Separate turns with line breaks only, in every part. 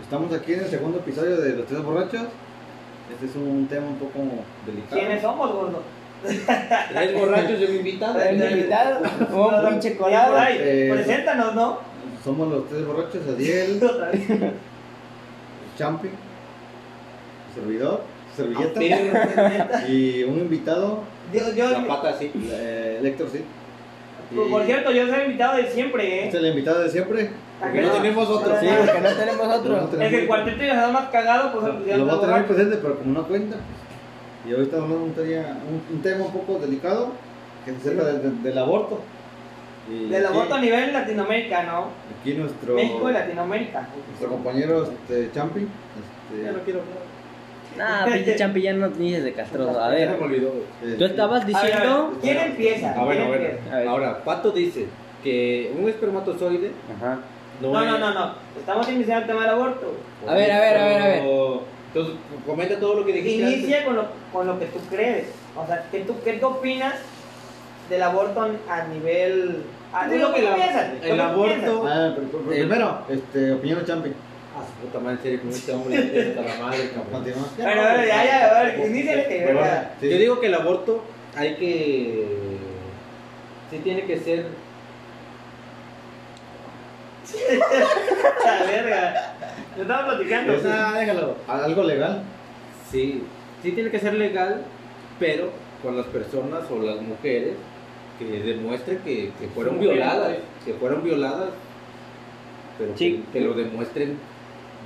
Estamos aquí en el segundo episodio de Los Tres Borrachos. Este es un tema un poco delicado.
¿Quiénes somos, gordo?
Tres borrachos y un invitado.
El invitado, un pinche colado.
Ay, eh,
Preséntanos, ¿no?
Somos los Tres Borrachos, Adiel,
Otra vez.
Champi, servidor, servilleta
Neta.
y un invitado,
Yo,
La
yo,
pata así.
eh, el Héctor Cid. Y
por cierto, yo soy invitado de siempre,
Este
¿eh?
es el invitado de siempre.
Porque no tenemos otro.
Sí,
porque no tenemos otro.
Es que el cuarteto ya está más cagado, pues ya
Lo voy
está
a tener
borracho.
presente, pero como no cuenta. pues. Y ahorita hablando de un, tarea- un- un tema un poco delicado, que es acerca de- de- del aborto. Y
Del
aquí-
aborto a nivel Latinoamérica, ¿no?
Aquí nuestro,
México y Latinoamérica.
nuestro compañero este, Champi. este,
Ya no quiero
Nah, pinche champi ya no dices de castroso. A
Se me
ver,
olvidó.
eh,
tú estabas
A ver, a ver,
diciendo.
¿Quién empieza?
Ah, bueno,
¿Quién
bueno.
empieza?
A ver.
Ahora, Pato dice que un espermatozoide
Ajá.
no
No,
es-
no, no, no. Estamos iniciando el tema del aborto.
A ver, a ver, a ver, a ver.
Entonces, comenta todo lo que dijiste. antes.
Inicia con lo, con lo que tú crees. O sea, ¿qué tú, qué tú opinas del aborto a- a nivel. A,
Digo
lo que
que la-
piensas,
el
lo que tú piensas.
aborto-
Ah, pero- pero- pero
Eh,
primero, este, opinión de Champi.
Ah, su puta madre, en serio, con este hombre ya tiene hasta la madre, cabrón.
Continúa.
Bueno, bueno, ya, ya, a ver, inicia el que
Pero bueno,
verga.
Sí.
Yo digo que el aborto hay que. Sí, tiene que ser.
La verga. Lo estaba platicando.
Sí, sí.
Ah, déjalo.
Algo legal.
Sí, sí tiene que ser legal, pero con las personas o las mujeres que demuestren que, que fueron
Mujeres.
violadas, que fueron violadas, pero que-
Sí.
que, lo demuestren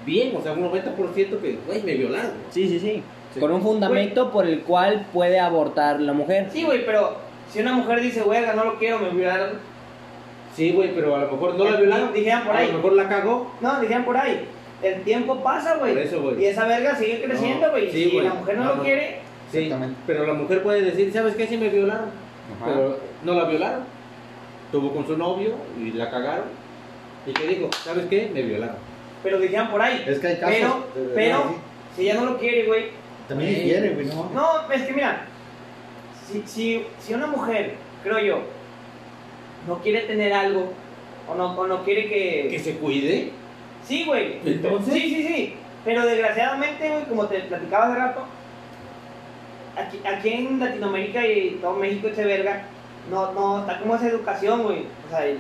bien, o sea, un 90% que, güey, me violaron.
Sí, sí, sí.
Sí.
Con un fundamento por el cual puede abortar la mujer.
Sí, güey, pero si una mujer dice, verga, no lo quiero, me violaron.
Sí, güey, pero a lo mejor no la violaron,
Dijeron por
a
ahí.
lo mejor la cagó.
No, dijeron por ahí. El tiempo pasa, güey.
Por eso, güey.
Y esa verga sigue creciendo,
No,
güey.
sí,
si
güey.
la mujer no,
No,
lo
no.
quiere,
Sí,
Exactamente.
pero la mujer puede decir, ¿sabes qué? Sí me violaron,
Ah.
Ajá.
pero no la violaron. Estuvo con su novio y la cagaron. ¿Y qué dijo? ¿Sabes qué? Me violaron.
pero dijeron por ahí.
Es que hay casos.
Pero-
de- de-
pero-
sí.
Si ella no lo quiere, güey.
También difiere, güey, ¿no?
No, es que mira, si, si, si una mujer, creo yo, no quiere tener algo, o no, o no quiere que...
Que se cuide.
Sí, güey.
Entonces.
Sí, sí, sí. Pero desgraciadamente, güey, como te platicaba hace rato, aquí, aquí en Latinoamérica y todo México, este verga, no, no, está como esa educación, güey. O sea, y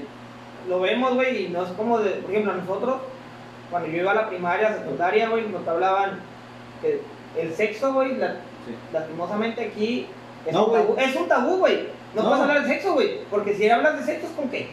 lo vemos, güey, y no es como, de, por ejemplo, nosotros, cuando yo iba a la primaria, secundaria, güey, nos hablaban que el sexo, güey, la-
Sí.
lastimosamente aquí es,
No,
un
güey.
tabú, es un tabú, güey. No,
No.
puedes hablar de sexo, güey, porque si hablas de sexo es con qué.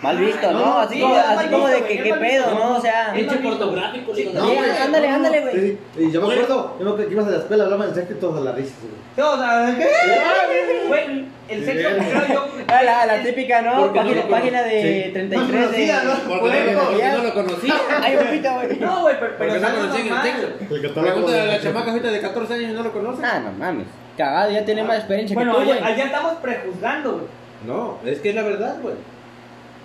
Mal visto,
Ay, no,
¿no? Así
sí,
como,
es
así
mal
como de
visto,
que
es
qué
mal
pedo,
visto.
¿no? O sea.
Es
Sí,
mal
Pinche
visto.
pornográfico,
Sí,
hijo de
no,
la-
güey,
ándale,
no.
ándale, güey.
Sí, sí. Y yo me
Bueno.
acuerdo, yo me acuerdo que ibas a la escuela, hablaban de sexo y todos a la risa, güey.
Sí, o sea, ¿qué? Güey, el sexo
Bien.
creo yo.
Ah, La, la típica, ¿no?
Porque no
Página,
lo
página de
Sí.
33 de.
No, no,
Porque no,
Puerco,
porque
ya.
no lo conocía.
Ay, papita, güey.
No, güey, pero, pero
Porque no
eso
conocían el
normal.
sexo.
El
Pregúntale a la chamaca ahorita de 14 años y no lo conoce.
Ah.
Nah, Ah, no mames. Cagado, ya tiene más experiencia
Bueno,
que tú, güey.
allá, allá estamos prejuzgando, güey.
No, es que es la verdad, güey.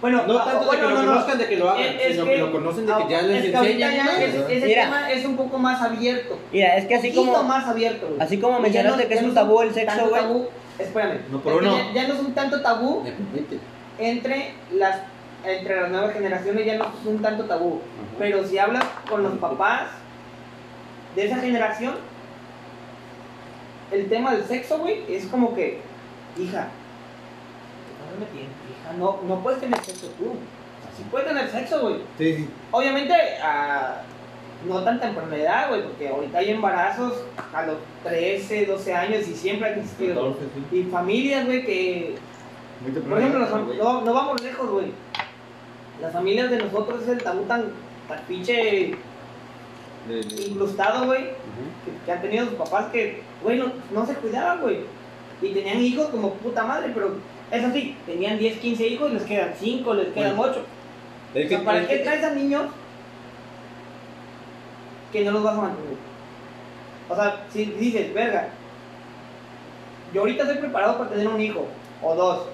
Bueno,
No
ah,
tanto de que
bueno,
lo
no, no.
conozcan, de que lo hagan,
Es- es
sino que lo conocen, de que ya
ah,
les
es que ahorita
enseñan,
ya
güey.
es- Ese
Mira.
tema es un poco más abierto.
Mira, es que así
Poquito
como.
más abierto, güey.
Así como
Ya
mencionaste
no-
que es
ya
un
no
tabú el
tanto
sexo, güey.
tabú- Espérame.
No, por
Es que
uno.
Ya, ya no es un tanto tabú
Me promete.
entre las entre las nuevas generaciones, ya no es un tanto tabú. Pero si hablas con los papás de esa generación, el tema del sexo, güey, es como que, hija, ¿qué estás metiendo? Hija, no, no puedes tener sexo tú. O sea, sí puedes tener sexo, güey.
Sí, sí.
Obviamente, a no tan temprana edad, güey, porque ahorita hay embarazos a los 13, 12 años y siempre han existido.
Entonces, sí.
Y familias, güey, que
Muy
por ejemplo, las fam-
güey.
no, no vamos lejos, güey. Las familias de nosotros es el tabú tan, tan pinche
De- de-
incrustado, güey, que, que han tenido sus papás que, güey, no, no se cuidaban, güey. Y tenían hijos como puta madre, pero eso sí, tenían 10, 15 hijos, les quedan 5, les quedan 8.
Es
O
que-
sea, ¿para
es
qué
que-
traes a niños que no los vas a mantener? O sea, si dices, verga, yo ahorita estoy preparado para tener un hijo o dos,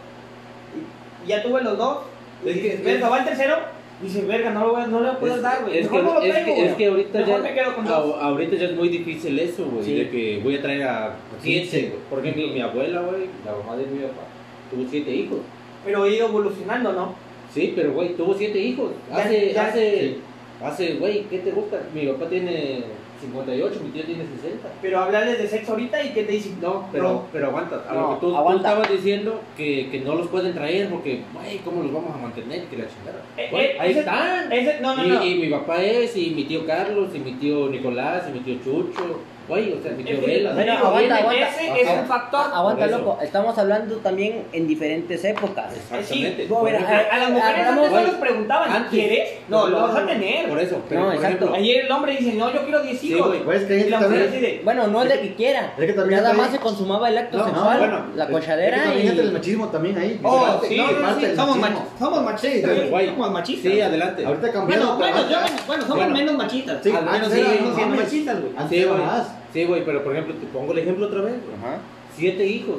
y, y ya tuve los dos, y
Es que-
dices, verga, va el tercero, y dices, verga, no lo, voy a- no le puedo dar, güey.
es
Mejor no lo
que- es
traigo,
que- es
güey.
que ahorita
Mejor
ya
me quedo con
a-
dos.
ahorita ya es muy difícil eso, güey,
Sí.
de que voy a traer a
Sí,
15,
sí.
güey. Por ejemplo, mi abuela, güey, la mamá de mi papá, tuvo 7 hijos.
Pero he ido evolucionando, ¿no?
Sí, pero güey, tuvo 7 hijos.
Ya-
Hace
ya-
hace
Sí.
Hace, güey, ¿qué te gusta? Mi papá tiene 58, mi tío tiene 60.
Pero hablarles de sexo ahorita y que te dicen,
No, pero, pero aguanta. A
No,
lo que tú, tú
aguanta.
estabas diciendo que, que no los pueden traer porque, güey, ¿cómo los vamos a mantener? Que la chingada.
Eh,
Güey,
eh,
ahí
ese-
están.
ese, no, no,
y,
no.
y mi papá es, y mi tío Carlos, y mi tío Nicolás, y mi tío Chucho. Güey, o sea, mi
Es
tío
que-
Vela.
Bueno,
digo,
aguanta,
viene-
aguanta.
Ese es
Ajá.
un factor.
Aguanta,
Por eso.
loco. Estamos hablando también en diferentes épocas.
Exactamente.
sí,
no, mira,
Porque a, las mujeres
Hablamos-
antes no les preguntaban,
Antes.
¿quieres? No, lo vas a tener.
Por eso, pero
No,
por
exacto.
ejemplo,
Ayer el hombre dice, no, yo quiero 10
Sí,
hijos.
güey.
Pues es que
y la
ahí
mujer
también.
dice,
Bueno, no es de que quiera.
Es que también
Nada
está
más
ahí.
se consumaba el acto
No,
sexual,
bueno,
la
Es- es que
cochadera
también entra el
y...
machismo también ahí.
oh,
Parte-
sí,
no,
no,
parte
sí,
del
somos,
machismo.
mach- somos machistas.
Sí,
güey,
güey.
somos machistas.
sí, adelante.
Ahorita
pues, bueno,
cambiaron.
bueno,
pero-
yo- bueno, somos
Bueno.
menos machistas.
Sí,
al menos
antes
sí,
era-
siguen
no,
siendo
mames.
machistas, güey.
Antes
Sí,
era
güey.
más.
Sí, güey, pero por ejemplo, te pongo el ejemplo otra vez, güey.
Ajá.
Siete hijos.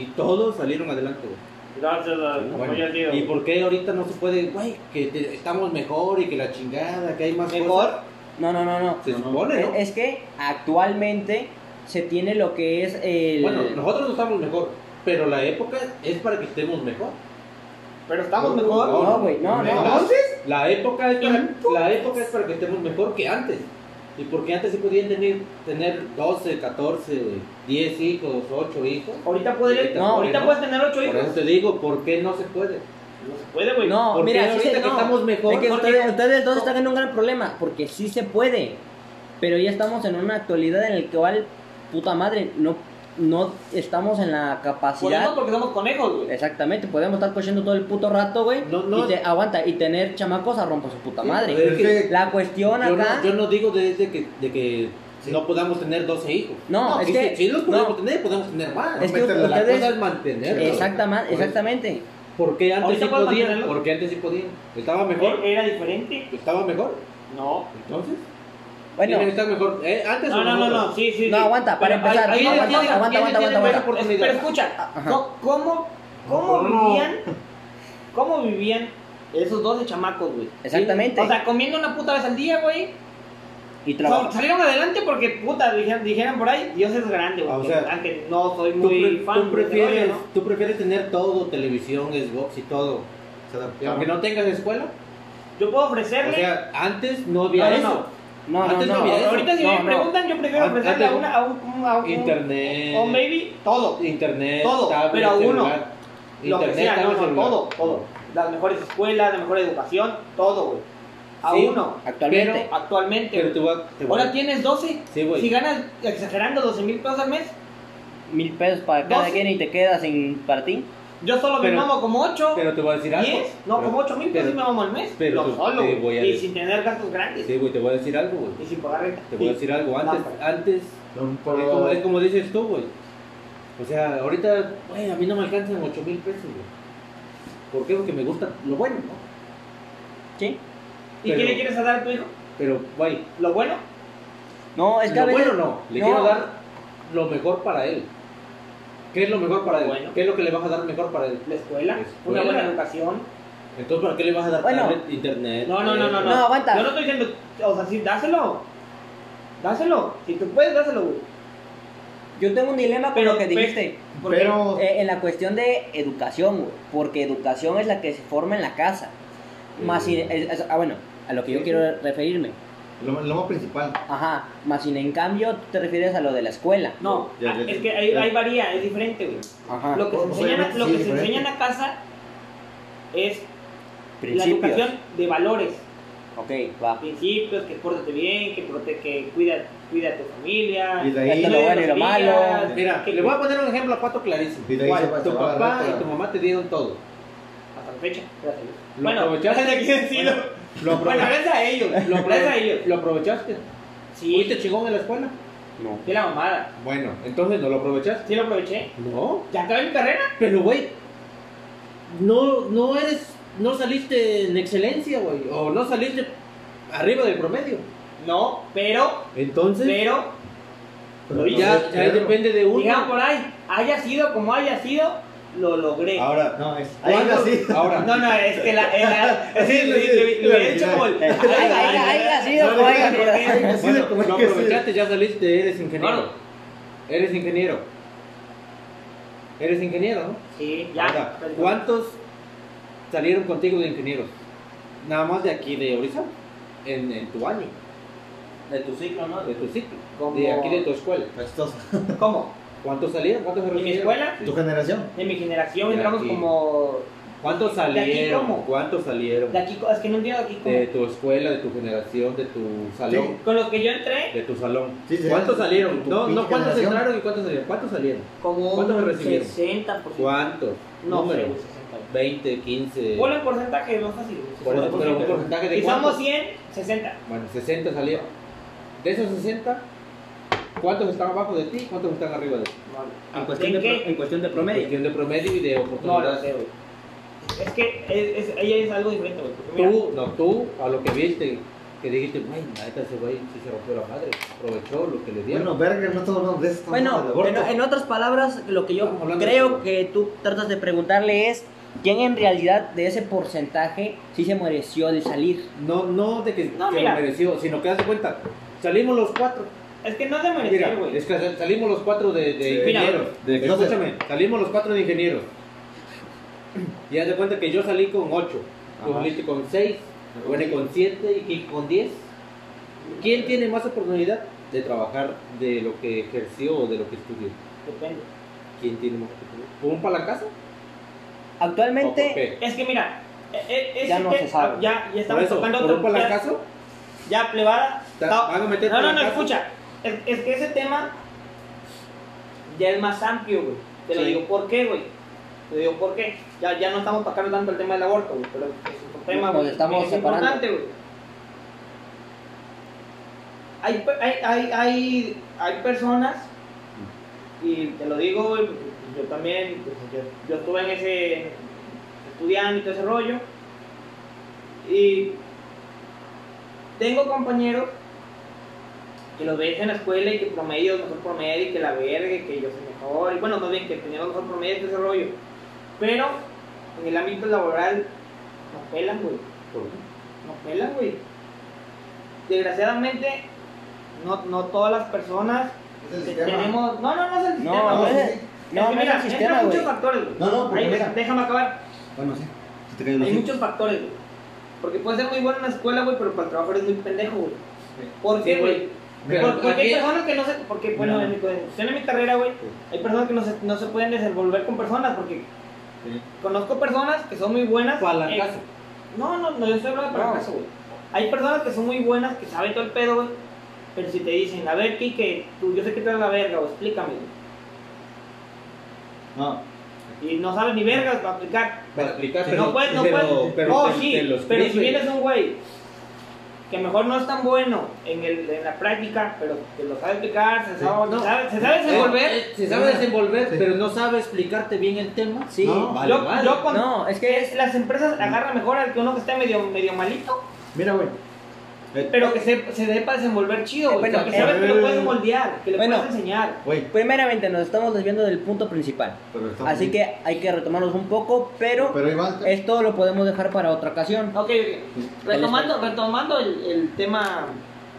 Y todos salieron adelante, güey.
Gracias a
Bueno,
como yo digo.
¿Y por qué ahorita no se puede, güey, que te- estamos mejor y que la chingada, que hay más
Mejor.
cosas?
No, no, no, no.
Se supone, ¿no?
Es que actualmente se tiene lo que es el...
Bueno, nosotros no estamos mejor, pero la época es para que estemos mejor.
Pero estamos
No,
mejor.
No, güey, no, no.
Entonces,
La época es para, la época es para que estemos mejor que antes. Y porque antes se podían tener, tener 12, 14, 10 hijos, 8 hijos.
ahorita, podré,
No,
ahorita
no.
puedes tener 8
Por
hijos.
eso te digo, ¿por qué no se puede?
No se puede, güey.
No,
¿Por qué
mira, sí
ahorita
se-
que
no.
estamos mejor?
Es que
Porque-
ustedes, ustedes dos están en un gran problema, porque sí se puede, pero ya estamos en una actualidad en la cual, puta madre, no, no estamos en la
Podemos
capacidad.
porque somos conejos, güey.
Exactamente, podemos estar cogiendo todo el puto rato, güey.
No, no.
Y te, aguanta, y tener chamacos a romper su puta madre.
Pero es que-
La cuestión
Yo
acá.
no, yo no digo desde que, de que no podamos tener 12 hijos.
No, es
sí,
que-
sí los podemos
no.
tener, podemos tener más.
Es que
Métela,
la cosa
ustedes.
es mantenerlos.
exactama-
Por eso.
exactamente.
¿Por qué antes
Ahorita
sí
puedes
podían?
mantenerlo.
¿Por qué antes sí podían? ¿Estaba mejor?
Eh, ¿Era diferente?
¿Estaba mejor?
No.
Entonces, ¿quiénes
Bueno,
están mejor? ¿Eh? ¿Antes o
No, no, no,
nosotros?
no, sí, sí.
no
sí.
aguanta, para
Pero
empezar.
ahí- ahí
aguanta,
tiene-
aguanta,
tiene-
aguanta,
tiene
aguanta,
buena
aguanta.
oportunidad. Pero escucha, co- ¿cómo, cómo vivían, cómo vivían esos 12 chamacos, güey?
Exactamente.
O sea, comiendo una puta vez al día, güey.
Y
Sal-
trabaja.
Salieron adelante porque, puta, dijeran, dijeran por ahí, Dios es grande, güey.
Ah, o
que-
sea,
aunque no soy
¿Tú,
muy
pre-
fan
tú
güey, de
prefieres,
Mario, ¿no?
tú prefieres tener todo, televisión, Xbox y todo.
Se
Y aunque
adaptaron.
no tengas escuela,
Yo puedo
o
ofrecerle.
sea, antes no había
No, no,
eso.
No, no,
antes no
no.
había eso.
Ahorita si
no,
me
no.
preguntan, yo prefiero
Antes-
ofrecerle a,
antes-
una, a un, a un-
Internet,
a un baby todo.
internet,
Todo,
tablet,
pero uno.
celular.
Lo que
Internet,
sea, no,
tablet,
no,
celular.
todo, todo. Las mejores escuelas, la mejor educación, todo, güey. A
Sí.
uno,
Actualmente.
actualmente.
Pero
güey.
tú vas- te
Ahora
vas-
tienes 12.
Sí, güey.
Si ganas, exagerando, 12 mil pesos al mes,
Mil pesos para cada
Dos.
quien y te quedas sin para ti.
yo solo me
Pero-
mamo como 8,
Pero te voy a decir algo.
10, no,
Pero-
como 8 mil
pero-
pesos me mamo al mes.
pero
Lo
tú-
solo,
te
güey,
voy a
y
decir-
sin tener gastos grandes.
Sí, güey, te voy a decir algo, güey.
Y sin pagar renta.
Te voy a decir algo. Antes,
Lástima.
antes es, como, es como dices tú, güey. O sea, ahorita, güey, a mí no me alcanzan 8 mil pesos, güey. ¿Por qué? Porque me gusta lo bueno, ¿no?
¿Sí?
¿Y
pero-
qué le quieres dar a tu hijo?
Pero, güey,
¿Lo bueno?
No, es que a
lo
veces.
bueno no. Le
no.
quiero dar lo mejor para él. ¿Qué es lo mejor para él?
Bueno.
¿Qué es lo que le vas a dar mejor para él?
La escuela,
La
una
escuela.
buena educación.
Entonces, ¿para qué le vas a dar
Bueno.
tablet, internet?
No, no, no, no, no.
No, aguanta.
Yo no estoy diciendo, o sea, sí, dáselo. Dáselo. Si tú puedes, dáselo, güey.
Yo tengo un dilema con
Pero-
lo que
pero-
dijiste.
Porque-
Pero
Eh, en la cuestión de educación, güey, porque educación es la que se forma en la casa. Más sin- es- es- ah, bueno, a lo que yo
Sí,
quiero referirme.
lo, lo más principal.
Ajá, más sin en cambio tú te refieres a lo de la escuela.
No,
Ya, ya,
es
ya.
que ahí,
Ya.
ahí varía, es diferente, güey.
Ajá,
Lo que, se
Pues,
enseña,
obviamente,
lo
sí,
que se
diferente.
enseña en la casa es la
principios.
educación de valores,
Ok, va.
principios, que pórtate bien, que, prote, que cuida, cuida a tu familia.
Y de
Ahí
ahí,
está
y
lo bueno y lo malo.
Mira,
Que-
le voy a poner un ejemplo a Pato clarísimo.
de ahí se va,
Tu
se va a
papá
agarrar
y tu mamá te dieron todo.
Hasta la fecha, gracias. a Dios.
Lo
Bueno,
aprovechaste.
hasta aquí he sido.
Lo, aprove-
Bueno, gracias a ellos,
lo,
lo
aprove-
gracias a ellos.
lo aprovechaste.
Sí,
¿Fuiste chingón en la escuela?
No.
de la mamada.
Bueno, entonces no lo aprovechaste.
Sí lo aproveché.
No.
Ya acabé mi carrera.
Pero, güey, no, no eres, no saliste en excelencia, güey. O no saliste arriba del promedio.
No, pero,
Entonces,
pero,
Pero
ya,
entonces,
ya depende de uno.
Digan por ahí, haya sido como haya sido, lo logré.
Ah,
Ahora, no, es. Ahí
¿Cuándo-
está así.
Ahora,
No, no, es que la. es la- es que
Sí,
lo-
sí,
lo- lo
sí,
he
sí,
hecho
sí.
como el.
Ay, ay, ay, ay, ha sido,
No le
ay,
digas,
ay,
porque
ay.
es imposible
Bueno,
como es
lo
que sí.
aprovechaste, ya saliste, eres ingeniero.
Bueno.
Eres ingeniero. Eres ingeniero, ¿no?
Sí, ya.
Ahora,
perdón.
¿Cuántos salieron contigo de ingenieros? Nada más de aquí, de Orizaba. en, en tu año,
De tu ciclo, ¿no?
de tu ciclo,
Como-
de aquí de tu escuela.
Chistoso.
¿Cómo?
¿Cuántos salieron? ¿Cuántos se
¿En mi
recibieron?
escuela?
¿Tu generación?
De mi generación
De
entramos
aquí.
como...
¿Cuántos
¿De aquí
salieron?
cómo?
¿Cuántos salieron?
De aquí, co- es que no entiendo de aquí
De
como...
tu escuela, de tu generación, de tu salón.
Con los que yo entré,
De tu salón.
Sí, sí,
¿Cuántos
tu-
salieron?
tu
No, no,
pinche
¿cuántos
generación.
entraron y cuántos salieron? ¿Cuántos salieron?
como
¿Cuántos me
un
recibieron?
60%.
¿Cuántos?
No, sé,
Número.
güey, 60.
20, 15.
Ponle en porcentaje, no es fácil. güey.
Por eso, pero un porcentaje de
Si somos
cuántos.
100, 60.
Bueno, 60 salieron. De esos 60, ¿cuántos están abajo de ti? ¿Cuántos están arriba de ti?
En cuestión, de, pro- en cuestión de promedio.
Cuestión de promedio y de
No, no
oportunidades.
sé, güey. Es que es, es, ella es algo diferente, güey. porque mira,
Tú, no, tú, a lo que viste, que dijiste, güey, la neta ese güey sí se rompió la madre, aprovechó lo que le dieron.
Bueno, verga, no estamos hablando de eso. estamos hablando
Bueno,
del
en,
aborto.
en otras palabras, lo que yo
Estamos hablando de
creo
eso.
que tú tratas de preguntarle es quién en realidad de ese porcentaje sí se mereció de salir.
no, no de que,
No,
que
mira.
lo mereció, sino que das de cuenta, salimos los cuatro.
Es que no es de
Mira,
merecer, güey.
es que sal- salimos los cuatro de, de
Sí.
ingenieros.
Mira, de-
Escúchame, salimos los cuatro de ingenieros. Y haz de cuenta que yo salí con ocho, tú
Ajá.
saliste con seis, Bueno, con siete y Kik con diez. ¿Quién tiene más oportunidad de trabajar de lo que ejerció o de lo que estudió?
Depende.
¿Quién tiene más oportunidad? ¿Un para la casa? ¿O por
Actualmente,
qué?
Es que mira, e- e- es
Ya no
que-
se sabe.
Ya, ya
Por
estamos
eso,
tocando
¿por un
otro-
para la
ya-
casa?
Ya, plebada.
Ta-
Ta-
van a meter
no, no, no,
trancazo.
escucha. Es, es que ese tema ya es más amplio, güey. Te lo
Sí.
digo por qué, güey. Te digo por qué. Ya, ya no estamos tocando tanto el tema del aborto, güey. Pero es un tema
Nos
güey,
estamos
es
separando.
importante, güey. Hay, pe- hay, hay, hay, hay personas, y te lo digo, güey, porque yo también, pues, yo, yo estuve en ese estudiando y todo ese rollo. Y tengo compañeros que los ves en la escuela y que promedio, mejor promedio, y que la verga, y que yo soy mejor, y bueno, no bien que teníamos mejor promedio, y todo ese rollo. Pero en el ámbito laboral nos pelan, güey,
¿Por qué?
nos pelan, güey. Desgraciadamente, no, no todas las personas
Es el
que
sistema.
tenemos. No, no, no es el
No,
sistema,
no
güey.
es-
Es
no,
que
no es
mira,
el sistema,
entran
güey.
muchos factores, güey.
No, no, porque
Ahí,
mira.
Déjame acabar.
Bueno, sí. Se te cayó el
Hay
hocico.
muchos factores, güey. Porque puede ser muy bueno en la escuela, güey, pero para el trabajo eres muy pendejo, güey. ¿Por qué,
Sí,
güey?
Pero
Por- porque hay
aquí-
personas que no se. Porque, bueno,
Mira.
en mi, en mi carrera, güey, hay personas que no se, no se pueden desenvolver con personas. Porque
Sí.
conozco personas que son muy buenas.
Para la
eh,
casa.
No, no, no, yo estoy hablando para
No.
el caso, güey. Hay personas que son muy buenas, que saben todo el pedo, güey. Pero si te dicen, a ver, Kike, tú, yo sé que tú eres la verga, o explícame, güey.
No,
Y no sabes ni vergas para aplicar.
Para aplicar,
Que no puedes, no puedes. oh, sí, pero si vienes un güey que mejor no es tan bueno en, el, en la práctica, pero que lo sabe explicar, se
Sí.
sabe,
No.
se sabe, se sabe desenvolver.
se Eh, sabe desenvolver,
Sí.
pero no sabe explicarte bien el tema.
sí.
No.
Vale,
yo,
vale.
yo con-
No, es que
es- las empresas agarran mejor al que uno que esté medio, medio malito,
mira, güey. Eh,
pero que se, se dé para desenvolver chido, güey.
Bueno,
que
eh,
sabes que lo puedes
eh,
moldear, que le
bueno.
puedes enseñar.
Güey,
primeramente nos estamos desviando del punto principal.
pero estamos-
Así que hay que retomarnos un poco, pero
Pero Iván,
esto lo podemos dejar para otra ocasión.
Ok, ok. Retomando, retomando el, el tema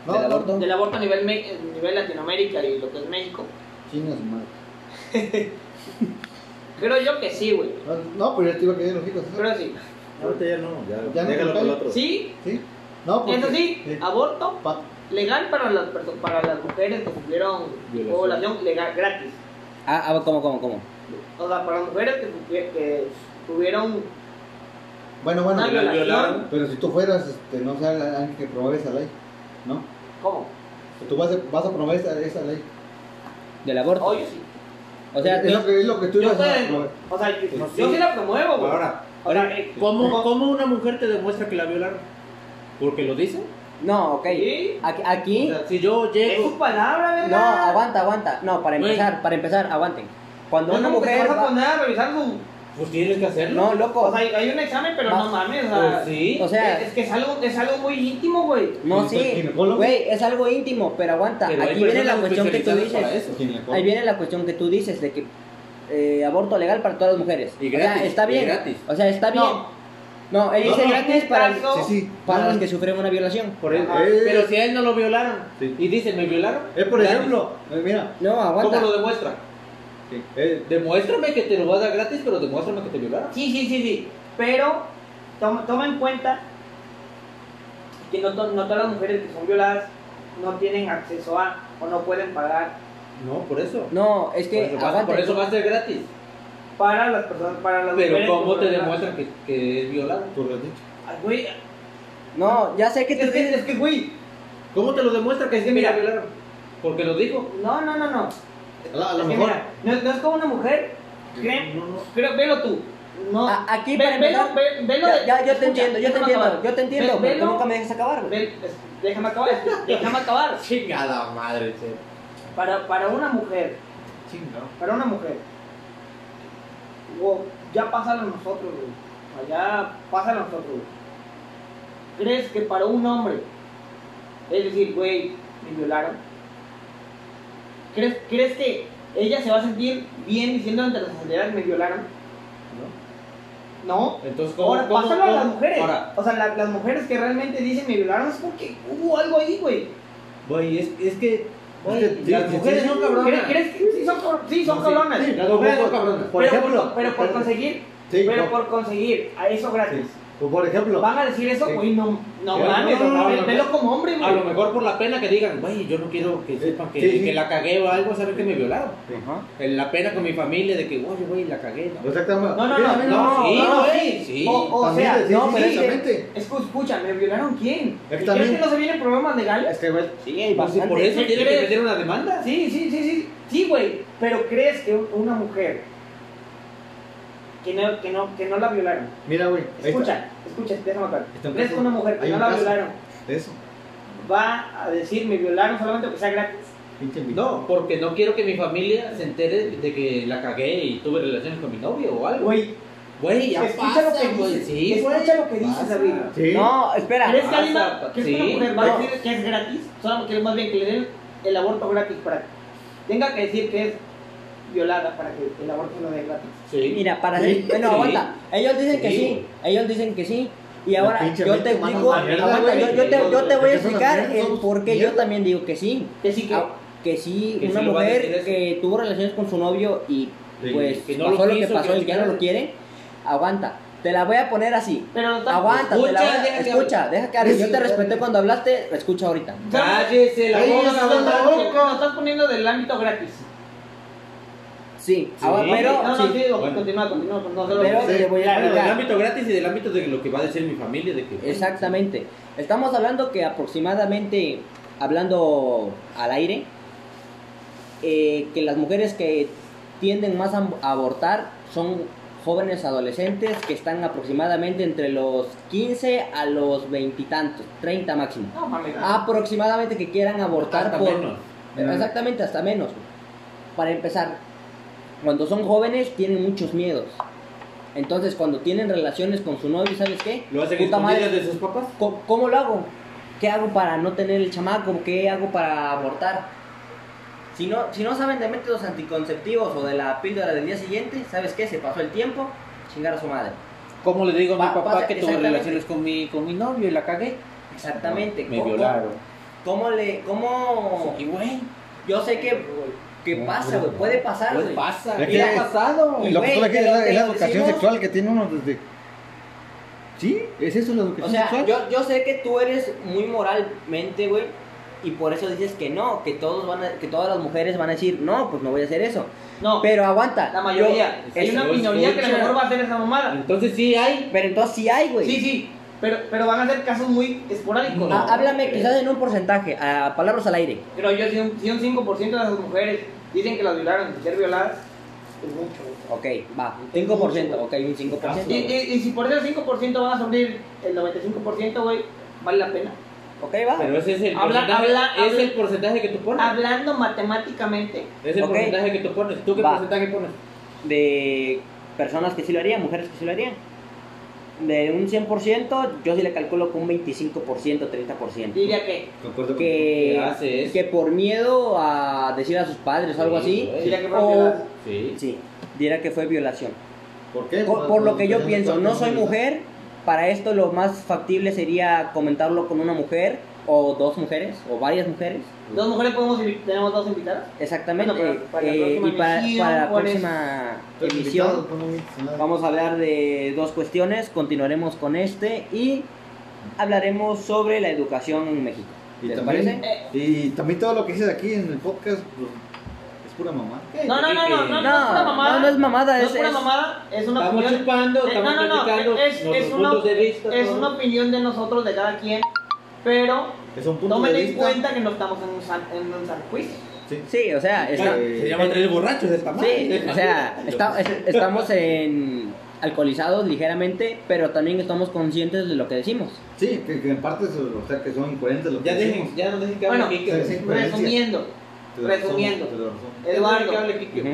no,
del
no,
aborto.
del aborto a nivel, me- a nivel Latinoamérica y lo que es México,
chinga su madre.
creo yo que sí, güey.
No, No, pero ya te iba a caer el hocico.
Creo que sí.
Ahorita
ya no,
Ya no déjalo te para el otro.
Sí,
Sí. No, porque.
eso
eh.
sí, aborto
Pa-
legal para las perso- para las mujeres que tuvieron
Violación.
población legal gratis.
Ah, ah, ¿cómo, cómo, cómo?
O sea, para las mujeres que, tu- que tuvieron
Bueno, bueno.
una
Ah, que la
violación.
violaron.
Pero si tú fueras, este, no sé, alguien que promueve esa ley, ¿no?
¿Cómo?
Tú vas a, vas a promover esa, esa ley.
Del aborto.
Oye, sí.
o sea,
es,
tú-
lo que, es lo que tú
Yo,
ibas
estoy
a
en-
promover.
o sea, yo,
Sí.
yo sí la promuevo, güey.
Ahora,
O sea, eh,
¿cómo, ¿cómo una mujer te demuestra que la violaron? ¿Porque lo dice?
no, ok.
Sí.
Aquí,
O
aquí-
sea, si yo
Es
llego.
su palabra, ¿verdad?
no, aguanta, aguanta. No, para
Güey.
empezar, para empezar, aguanten. Cuando
No,
una
no, pues, porque
mujer
te vas a
va-
poner a revisar su...
Pues tienes que hacerlo.
no, loco,
O sea, hay, hay un examen, pero
Vas-
no mames, o sea...
Pues sí.
o sea,
es, es que es algo, es algo muy íntimo, güey.
no
¿Y el
sí.
ginecólogo?
Güey, es algo íntimo, pero aguanta.
Pero hay
aquí viene
personas
la cuestión que tú
especializadas para
dices.
eso.
¿Quién le cobra?
Ahí viene la cuestión que tú dices de que eh, aborto legal para todas las mujeres.
Y
o
gratis,
sea, está
y
bien.
gratis.
O sea, está bien.
No.
No, él
No,
dice
no,
gratis para,
Sí,
caso-
sí.
para
No,
las
no.
que sufren una violación.
Por eso.
Ajá.
Pero si a él no lo violaron
Sí.
y dice, ¿me violaron?
Es Eh, por
Gratis.
ejemplo, eh, mira.
No,
¿Cómo
aguanta.
lo demuestra?
eh,
Demuéstrame que te lo va a dar gratis, pero demuéstrame que te violaron.
Sí, sí, sí, sí. Pero toma, toma en cuenta que no, to- no todas las mujeres que son violadas no tienen acceso a o no pueden pagar
No, por eso.
No, es
por
que
eso, va-
aguanta.
por eso va a ser gratis.
para las personas, para las mujeres.
Pero ¿cómo
que
te
son violadas.
demuestran que, que es violado?
Por lo dicho.
Ay, güey,
No, ya sé que
es
tú
que,
tienes.
es que, güey,
¿Cómo te lo demuestra que es que
Mira.
mira violaron? Porque lo dijo.
no, no, no, no.
A la- a lo
Es que
mejor.
mira, no, no es como una mujer, creen,
No, no.
creo, velo tú. No,
A- Ah, aquí
Ve-
para
velo,
empezar-
ve- velo
Ya,
de-
ya, yo te
escucha,
entiendo, yo te
déjame
entiendo,
acabar.
yo te entiendo,
Ve-
pero tú
velo-
nunca me dejas acabar, güey.
Ve- es- déjame acabar, déjame acabar.
Chingada madre, che.
Para, para una mujer,
Chingado.
para una mujer, wow, ya pásalo a nosotros, güey. O sea, Ya pásalo a nosotros, güey. ¿Crees que para un hombre, es decir, güey, me violaron? ¿Crees, ¿Crees que ella se va a sentir bien diciendo ante las autoridades me violaron? No.
Entonces, ¿cómo?
Ahora,
cómo-
pásalo a las
cómo-
mujeres.
Ahora,
O sea, la- las mujeres que realmente dicen me violaron es porque hubo algo ahí, güey.
güey, es, es que. güey,
Es que sí,
las
sí,
mujeres
sí.
son cabronas.
¿Cre- ¿Crees que sí son, cab- sí, son
No, sí.
cabronas?
Sí,
Las mujeres son cabronas.
Por
pero,
ejemplo.
por, pero por conseguir,
Sí,
pero
por-
por conseguir a eso gratis.
sí. Pues, por ejemplo.
Van a decir eso,
Sí.
güey, no, no
Sí,
mames,
no, no, no,
ve-
no, no.
velo como hombre,
A lo
güey.
mejor por la pena que digan, güey, yo no quiero que sepan que,
Sí, sí.
que la cagué o algo, saber que me violaron.
Ajá.
El- La pena con mi familia de que, güey, güey, la cagué. ¿no?
Exactamente.
No, no,
Mira,
no,
mira,
no,
sí,
no,
güey,
sí.
sí.
O, o
También
sea,
de- sí,
no,
sí,
pero es que-
exactamente.
es que, escucha, ¿me violaron quién?
Es que
¿Crees
también-
que no se vienen problemas legales?
Es que, güey.
Sí,
Pues, si
bastante.
por eso tiene que
¿Crees?
meter una demanda.
Sí, sí, sí, sí, sí, güey. Pero crees que una mujer que no, que no, que no la violaron.
Mira, güey. ahí
Escucha, escucha, déjame acá.
Está en
¿Crees que
caso.
una mujer que
Hay
no
un
la
caso.
violaron
está. Eso.
va a decir me violaron solamente porque sea gratis?
Pinche
No, porque no quiero que mi familia se entere de que la cagué y tuve relaciones con mi novio o algo.
Güey,
Güey, ya
escucha lo
pasa,
que
güey.
dices.
Sí,
escucha
güey,
lo que dices,
pasa.
David.
Sí.
No, espera.
¿Crees que alguien
pasa,
va- crees que una
sí,
mujer va a
no.
decir que es gratis? Solo que más bien que le den el aborto gratis para que tenga que decir que es violada para que el aborto no dé gratis.
Sí.
Mira, para
Sí,
sí. Bueno,
sí.
aguanta. Ellos dicen que
Sí,
sí.
güey.
Ellos dicen que sí. Y
La
ahora
pinche
yo
mente
te
humana
explico,
es una mierda,
aguanta, yo,
güey.
yo te, yo te voy a
Porque son
explicar
mierdas,
el
somos
por qué yo
mierda.
también digo que sí.
Que sí que
Ah, Que sí,
Que
una
sí lo va a decir
mujer
eso.
que tuvo relaciones con su novio y
Sí,
pues
que no lo
pasó lo, que
quiso,
pasó
que
y que ya no lo
no
quiere, aguanta. Te la voy a poner así.
pero no tan-
Aguanta, te la
Escucha,
voy a-
deja que
escucha, deja que hable. Yo te
Sí,
respeté
sí.
cuando hablaste, escucha ahorita.
Cállese la
Cállese
boca,
la
cabrón.
boca.
Lo estás poniendo del ámbito gratis.
Sí,
Sí.
agua- pero
no, no,
sí,
sí, digo,
Bueno.
continúa, continúa, no se lo
pero
sí.
te voy a
Bueno, del
explicar.
ámbito gratis y del ámbito de lo que va a decir mi familia de que
Exactamente. Estamos hablando que aproximadamente, hablando al aire, eh, que las mujeres que tienden más a a abortar son jóvenes adolescentes que están aproximadamente entre los 15 a los veintitantos, 30 máximo.
No mames.
Ah, Aproximadamente que quieran abortar
Hasta
por... Eh,
menos.
Mm.
Exactamente, hasta menos. Para empezar, cuando son jóvenes tienen muchos miedos. Entonces, cuando tienen relaciones con su novio, ¿sabes qué?
lo hacen
Puta madre.
escondidas de sus papás.
¿Cómo, cómo lo hago? ¿Qué hago para no tener el chamaco? ¿Qué hago para abortar? Si no, si no saben de métodos anticonceptivos o de la píldora del día siguiente, ¿sabes qué? Se pasó el tiempo, chingar a su madre.
¿Cómo le digo a mi
Pa-
papá
pasa-
que tuve
exactamente.
relaciones con mi, con mi novio y la cagué?
Exactamente.
Me
¿Cómo-
violaron.
¿Cómo le.? ¿Cómo.?
Y güey,
Yo sé pues, que, que
No,
pasa, güey.
no.
Puede pasar,
pues
güey.
pasa.
Es
¿Qué
que-
ha pasado?
Lo que tú
Güey,
le quieres
pero
es la- es la
te
educación
pusimos-
sexual que tiene uno desde. Sí, es eso la
O
educación
sea,
sexual.
yo, yo sé que tú eres muy moralmente, güey, y por eso dices que no, que todos van a- que todas las mujeres van a decir, no, pues no voy a hacer eso.
No,
Pero aguanta.
la mayoría.
Yo-
Hay
es-
una
escucha.
minoría que a lo mejor va a hacer esa mamada.
Entonces sí hay.
Pero entonces sí hay, güey.
Sí, sí, pero, pero van a ser casos muy esporádicos.
Ah,
No, Eh.
háblame
creo.
quizás en un porcentaje, a palabras al aire.
Pero yo, si un, si un 5% de las mujeres dicen que las violaron, ser violadas, es mucho. güey.
Ok, va, 5%, ok, un
Ah,
5%.
Y, y- y si por ese 5% van a sufrir el 95%, güey, vale la pena.
Ok, va.
Pero ese es el
Habla-
porcentaje,
habla-
es
habla-
el porcentaje que tú pones.
Hablando matemáticamente,
Es el
Ok.
porcentaje que tú pones. ¿Tú qué
Va.
porcentaje pones?
De personas que sí lo harían, mujeres que sí lo harían. De un 100%, yo sí le calculo con un 25%, 30%.
diría que,
Concuerdo
Que,
¿Qué haces?
que por miedo a decir a sus padres o algo
Sí,
así,
güey.
diría que fueron violadas.
o
Sí.
sí, dirá que fue violación.
contigo. ¿Por qué?
Por, por lo que yo
la
pienso,
educación
no soy
sexual que
mujer, para esto lo más factible sería comentarlo con una mujer o dos mujeres o varias mujeres.
Dos mujeres podemos invi- tenemos dos invitadas.
Exactamente.
Bueno, para- para la
eh,
próxima
y para,
emisión,
para la
¿cuál es?
próxima
Entonces,
emisión
invitado, no me invitas a nada.
vamos a hablar de dos cuestiones. Continuaremos con este y hablaremos sobre la educación en México.
Y
¿Les
también,
parece?
y también todo lo que dices aquí en el podcast pues, es pura mamá.
Eh,
No, no, no, no, no, no es
No,
una mamada.
no, no es mamada,
No
es-
es una
es-
mamada, es una
Estamos
opinión.
chupando,
Eh,
estamos
no, no,
criticando
no, es,
nuestros
es, una,
puntos de vista.
es
todo.
una opinión de nosotros, de cada quien, pero
Es un punto
tomen
de
en
vista.
cuenta que no estamos en un, san, en un san juicio.
Sí.
Sí, o sea, está-
Claro.
Se llama tres borrachos esta madre.
sí, o sea, está- es- estamos en alcoholizados ligeramente, pero también estamos conscientes de lo que decimos.
Sí, que, que en parte son- o sea, que son incoherentes lo que
Ya
decimos.
dejen, ya no dejen que
Bueno,
hable Kike.
sí, sí. Coherencia.
Resumiendo,
Te doy razón,
resumiendo.
te doy razón.
Ya no dejen que
Eduardo,
hable Kike.
Ujú.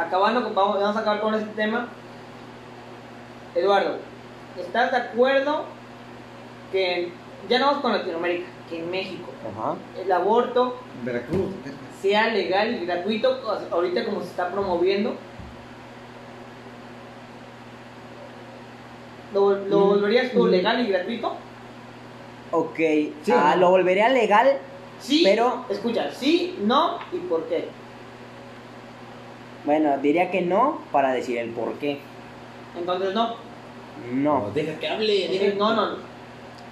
acabando, con- vamos, vamos a acabar con este tema. Eduardo, ¿estás de acuerdo que, en- ya no vamos con Latinoamérica, que en México
Ajá.
el aborto
Veracruz. eh,
sea legal y gratuito, o- ahorita como se está promoviendo? ¿Lo, lo
Mm,
volverías tú
mm.
legal y gratuito?
Ok,
Sí.
ah, lo volvería legal.
Sí,
Pero-
escucha, sí, no y por qué.
Bueno, diría que no para decir el por qué.
Entonces no.
No.
deja que hable.
Entonces,
deja-
no, no, no.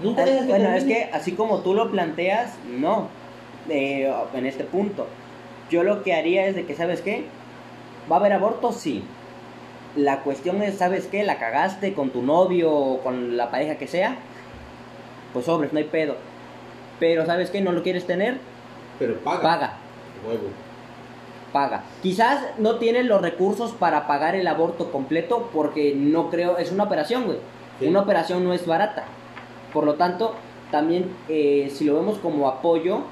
Nunca
Ah,
dejas que
Bueno,
termine.
es que así como tú lo planteas, no. Eh, en este punto. Yo lo que haría es de que, ¿sabes qué? ¿Va a haber aborto? Sí. La cuestión es, ¿sabes qué? La cagaste con tu novio o con la pareja que sea. Pues sobres, no hay pedo. Pero ¿sabes qué? ¿No lo quieres tener?
Pero paga.
Paga,
Huevo.
paga. Quizás no tienes los recursos para pagar el aborto completo porque no creo, es una operación, güey.
Sí.
Una operación no es barata. Por lo tanto, también eh, si lo vemos como apoyo,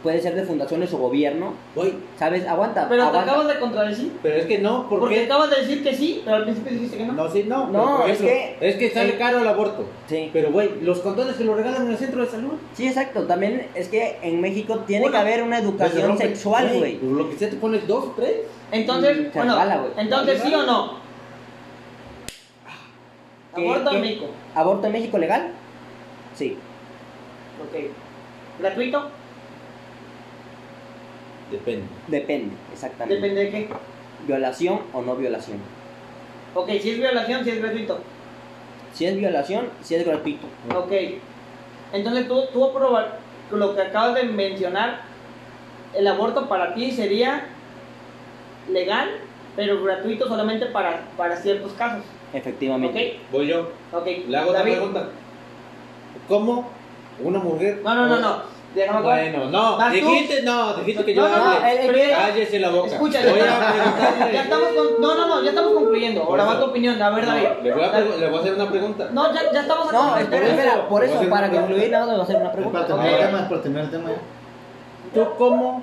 puede ser de fundaciones o gobierno.
Güey,
¿Sabes? Aguanta.
Pero te
aguanta.
acabas de contradecir.
pero es que no, ¿por
Porque
qué?
acabas de decir que sí, pero al principio dijiste que no.
No, sí, no.
No,
pero, por
es
ejemplo, Es que sale
eh,
caro el aborto.
Sí.
Pero, güey, los condones se los regalan en el centro de salud.
Sí, exacto. También es que en México tiene
Bueno,
que haber una educación
Pues,
sexual, güey.
pues, Lo que sea te pones dos o tres.
Entonces,
Mm,
bueno,
chambala, güey. Ah,
entonces sí
Chambala.
o no.
¿Qué-
Aborto
qué?
en México.
¿Aborto en México legal? Sí.
Ok. ¿Gratuito?
Depende.
Depende, exactamente.
Depende de qué.
¿Violación o no violación?
Ok, si es violación, si es gratuito.
Si es violación, si es gratuito.
Ok. Entonces tú, tú aprobar lo que acabas de mencionar, el aborto para ti sería legal, pero gratuito solamente para, para ciertos casos. Ok.
Efectivamente.
Voy yo.
Ok.
Le hago otra
David.
pregunta. ¿Cómo una mujer.
No, no, no, no. Déjame acabar.
Bueno, no.
Vas tú.
Dijiste, no, dijiste que
No,
yo.
no, no,
hable.
el- el que-
Cállese la boca.
Escucha,
Voy
ya
a preguntarle.
Ya estamos con- No, no, no, ya estamos concluyendo. Ahora va tu opinión, a ver, David.
No, le, voy a pregu- le voy a hacer una pregunta.
No, ya, ya estamos
No,
acabando.
espera, espera. Por eso, para concluir, nada más me va a hacer una
Es
pregunta.
para terminar
Ok.
el tema, es para terminar el tema.
¿Tú cómo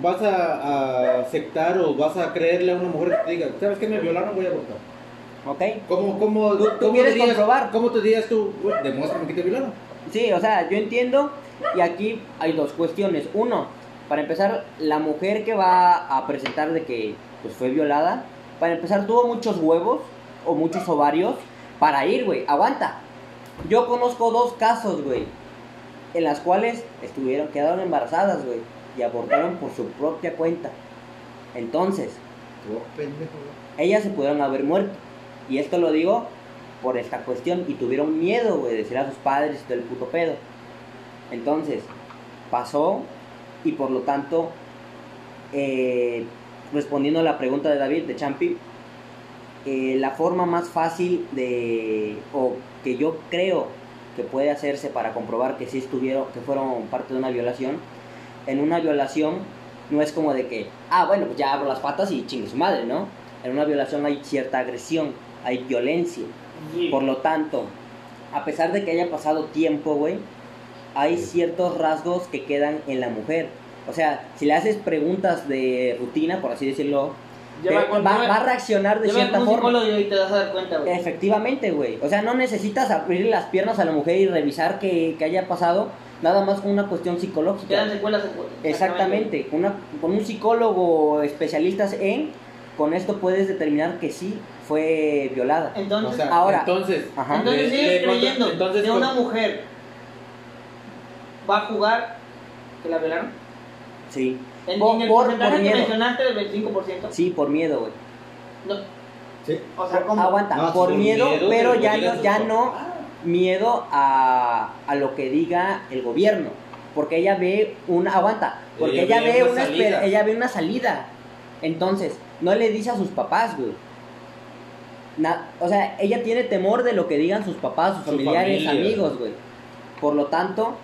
vas a, a aceptar o vas a creerle a una mujer que te diga, ¿sabes qué? Me violaron, voy a abortar.
¿Ok?
¿Cómo, cómo,
Tú- tú
cómo
quieres
dirías-
comprobar.
¿Cómo te dirías tú? "Uy, Demuéstrame que te violaron.
Sí, o sea, yo entiendo. Y aquí hay dos cuestiones. Uno, para empezar, la mujer que va a presentar de que pues, fue violada, para empezar, tuvo muchos huevos o muchos ovarios para ir, güey. Aguanta. Yo conozco dos casos, güey, en las cuales estuvieron, quedaron embarazadas, güey, y abortaron por su propia cuenta. Entonces,
Tú, Oh, pendejo. güey.
ellas se pudieron haber muerto. Y esto lo digo por esta cuestión. Y tuvieron miedo, güey, de decir a sus padres del puto pedo. Entonces, pasó y por lo tanto, eh, respondiendo a la pregunta de David, de Champi, eh, la forma más fácil de, o que yo creo que puede hacerse para comprobar que sí estuvieron, que fueron parte de una violación, en una violación no es como de que, ah, bueno, pues ya abro las patas y chingue su madre, ¿no? En una violación hay cierta agresión, hay violencia.
Sí.
Por lo tanto, a pesar de que haya pasado tiempo, güey, hay ciertos rasgos que quedan en la mujer. O sea, si le haces preguntas de rutina, por así decirlo,
Lleva
te-
con-
Eh, va,
lleva-
va a reaccionar de
lleva
cierta
con un
forma.
psicólogo y te vas a dar cuenta, güey.
Efectivamente, güey. O sea, no necesitas abrir las piernas a la mujer y revisar que, que haya pasado nada más con una cuestión psicológica.
Quedan secuelas. secuelas.
Exactamente, con, una- con un psicólogo especialista en, con esto puedes determinar que sí fue violada.
Entonces,
O sea,
Ahora.
entonces,
Ajá.
entonces
le-
sigues
le contra-
creyendo
entonces
que
con-
una mujer va a jugar que la violaron.
Sí,
En,
Por-
en el
por-
porcentaje
por
que
miedo.
mencionaste del 25%.
sí, por miedo, güey.
No,
Sí.
o sea, ¿cómo?
Aguanta,
No,
por
por
miedo,
miedo,
pero
pero
ya
llegas
no,
a
ya
tu
no,
papá.
miedo a, a lo que diga el gobierno. Porque ella ve una. Aguanta. Porque ella, ve, una esper-
salida.
ella ve una salida. Entonces, no le dice a sus papás, güey. Na- o sea, ella tiene temor de lo que digan sus papás, sus
Su
familiares,
familia.
amigos, güey. Por lo tanto,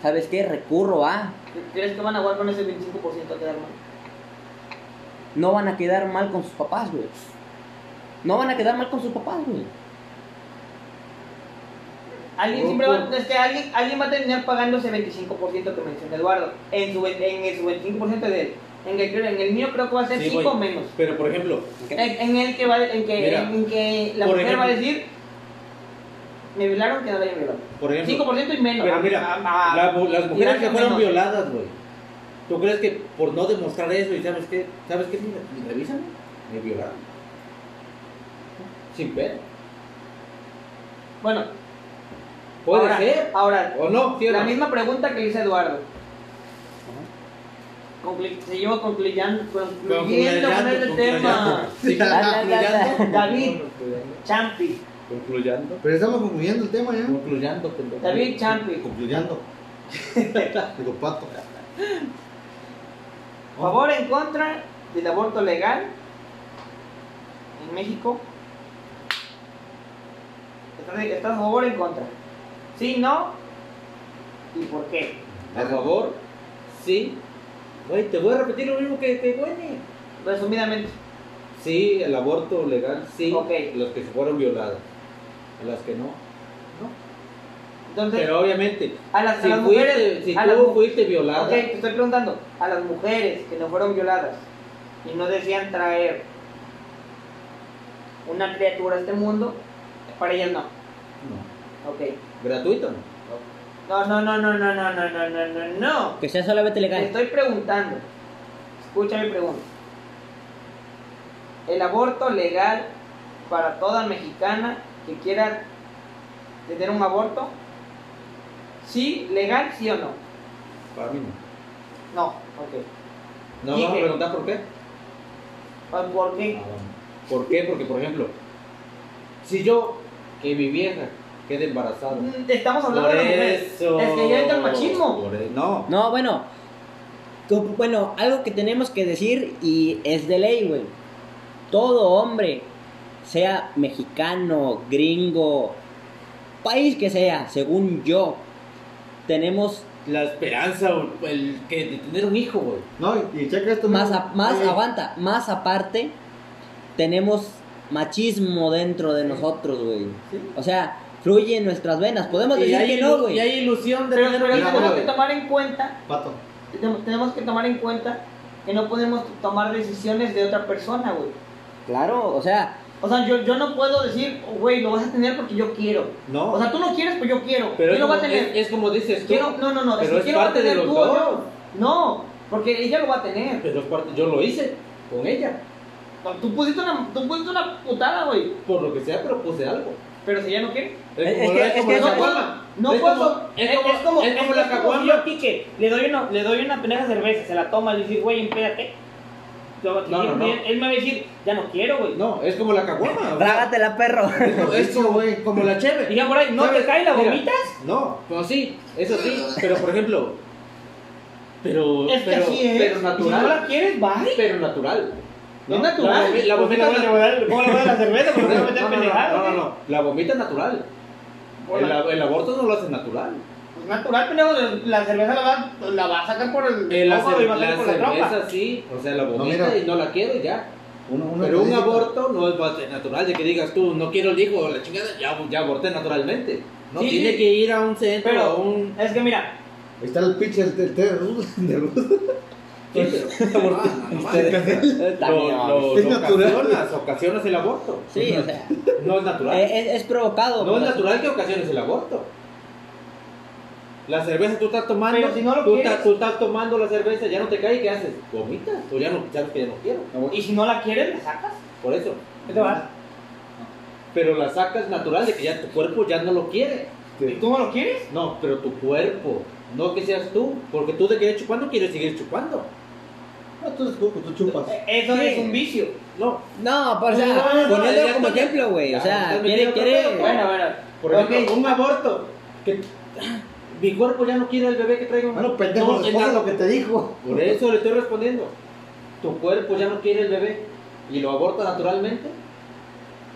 ¿sabes qué? Recurro a.
¿Crees que van a jugar con ese 25% a quedar mal?
No van a quedar mal con sus papás, güey. No van a quedar mal con sus papás, güey.
Alguien
Ojo.
siempre va, es que alguien, alguien va a terminar pagando ese 25% que menciona Eduardo. En su, ve- en el, su 25% de él. En el, creo- en el mío creo que va a ser
Sí,
5
güey.
menos.
Pero por ejemplo,
En, en el que, va, en que,
Mira,
en que la
por
mujer va a
ejemplo.
decir, me violaron que no la hayan violado.
por ejemplo,
5% y menos.
Pero
Ah,
mira,
ah,
la- las mujeres que
menos.
fueron violadas, güey. ¿Tú crees que por no demostrar eso y sabes qué? ¿Sabes qué? Mira, Revísame. Me violaron. Sin pedo.
Bueno,
Puede
ahora,
ser.
Ahora,
O no, ¿sí o
la
no?
misma pregunta que le hizo Eduardo. Conclu- se lleva concluyendo, concluyendo con
Concluyendo,
el
concluyendo.
tema.
Sí,
La, la, la, la.
concluyendo.
David. Champi.
Concluyendo.
Pero estamos concluyendo el tema ya.
Concluyendo. pendejo.
David Champi.
Concluyendo. Digo, pato.
Favor en contra del aborto legal en México. ¿Estás, estás a favor o en contra? Sí, no. ¿Y por qué?
A favor. Sí. Güey, te voy a repetir lo mismo que te güey.
Resumidamente.
Sí, el aborto legal, sí.
Ok.
Los que se fueron violadas. A las que no. No.
Entonces,
Pero obviamente,
a las, a
si,
las
fuiste,
mujeres.
si
a las
tú
mu-
fuiste violada,
Ok, te estoy preguntando. A las mujeres que no fueron violadas y no decían traer una criatura a este mundo, para ellas no.
no.
Ok.
Gratuito, no.
No, no, no, no, no, no, no, no, no, no, no.
Que sea solamente
Te
legal.
estoy preguntando. Escucha mi pregunta. El aborto legal para toda mexicana que quiera tener un aborto, ¿sí? ¿Legal? ¿Sí o no?
Para mí no.
No, ok.
No
Dije.
vamos a preguntar por qué.
¿Por qué?
Ah, bueno. ¿Por qué? Porque, por ejemplo, si yo, que mi vieja quede embarazada.
Mm, Estamos hablando
Por
de las mujeres.
eso.
Es que ya entra el machismo.
Por e- no.
No, bueno. tú- Bueno, algo que tenemos que decir y es de ley, güey. Todo hombre, sea mexicano, gringo, país que sea, según yo, tenemos
La esperanza, o el que de tener un hijo, güey.
No, y- y checa esto.
más,
mira.
a- más
Eh,
aguanta, más aparte, tenemos machismo dentro de nosotros, güey. O sea, fluye en nuestras venas. Podemos
Y
decir
hay
que no,
ilu-
güey.
y hay ilusión de
Pero,
tener
pero
un hijo,
tenemos que
güey.
tomar en cuenta,
Pato.
tenemos, tenemos que tomar en cuenta que no podemos tomar decisiones de otra persona, güey.
Claro, o sea,
O sea, yo, yo no puedo decir, "Oh, güey, lo vas a tener porque yo quiero.
No.
O sea, tú no quieres, pues yo quiero.
pero
yo
es
lo voy a
como-
tener.
es- es como dices tú.
Quiero- no, no, no.
pero
que
es
quiero va a
parte de
tener
los
tú o yo.
dos.
No, porque ella lo va a tener.
Pero es parte- yo lo hice con ella.
No, Tú pusiste una, tú pusiste una putada, güey.
Por lo que sea, pero puse algo.
Pero si ella no quiere.
Es-
como
es que-
la-
es
como
que
la
no puedo-
caguama.
No
Es
puedo.
como- es como- es como la caguama.
yo pique. Le doy una, le doy una pendeja de cerveza, se la toma, le dice, güey, espérate. Yo-
No, no, no.
Él me va a decir, ya no quiero, güey.
No, es como la caguama. o sea,
trágatela, perro.
es como- Es como, güey, como la cheve.
Diga por ahí, ¿no te
¿Sabes?
cae la
Mira,
gomita?
No, pues sí, eso sí, pero por ejemplo, pero
Es que
pero,
así es.
pero
Si no la
natural,
quieres, bye.
pero natural. ¿no?
Es natural.
La, gomi- la
Pues,
gomita
¿cómo le voy a dar- ¿Cómo le voy a dar la cerveza? Porque
no,
me voy a
no,
meter
no,
pendejada,
no, no,
güey.
no, la gomita es natural. El,
Hola.
el aborto no lo hace natural.
Pues natural, pendejo, la cerveza la va, la va a sacar por el
Eh, la
estómago
cer-
y va a salir
la
por la trompa.
cerveza sí, o sea, la gomita
mira.
y no la quiero y ya.
Uno, uno
Pero un
necesita-
aborto no es va a ser natural de que digas tú, no quiero el hijo, la chingada, ya, ya aborté naturalmente. No
Sí,
tiene
sí.
que ir a un centro,
Pero-
a un...
Es que mira,
Ahí está el pinche del del té de Ruth. de Ruth.
Sí, pero- Ah, no mames.
También,
Lo- lo-
Es
lo
natural.
Ocasionas, ocasionas el aborto.
Sí, o sea,
No es natural.
eh, es, es provocado.
no es
pues,
por-
natural que ocasiones el aborto. La cerveza tú estás tomando,
Pero si no lo
tú,
quieres.
estás, tú estás tomando la cerveza, ya no te cae, ¿qué haces? Vomitas, o ya no, sabes que ya no quiero.
y si no la quieres, la sacas.
Por eso.
¿Qué te vas?
Pero la sacas natural de que ya tu cuerpo ya no lo quiere.
¿Y tú no lo quieres?
No, pero tu cuerpo, no que seas tú, porque tú de querer chupando quieres seguir chupando.
No, tú eres coco, tú chupas.
Eh, Eso
Sí.
es un vicio.
No,
No, pero, o sea,
No, no, no,
poniéndolo
ya
como
está-
ejemplo, güey. O
ya,
sea,
estás
quiere,
metiendo otro
quiere.
pedo,
Bueno, bueno.
Por ejemplo, un aborto. Que, ah, mi cuerpo ya no quiere el bebé que traigo.
Bueno, pendejo,
No,
responde
en la-
lo que te dijo.
Por eso le estoy respondiendo. Tu cuerpo ya no quiere el bebé y lo aborta naturalmente.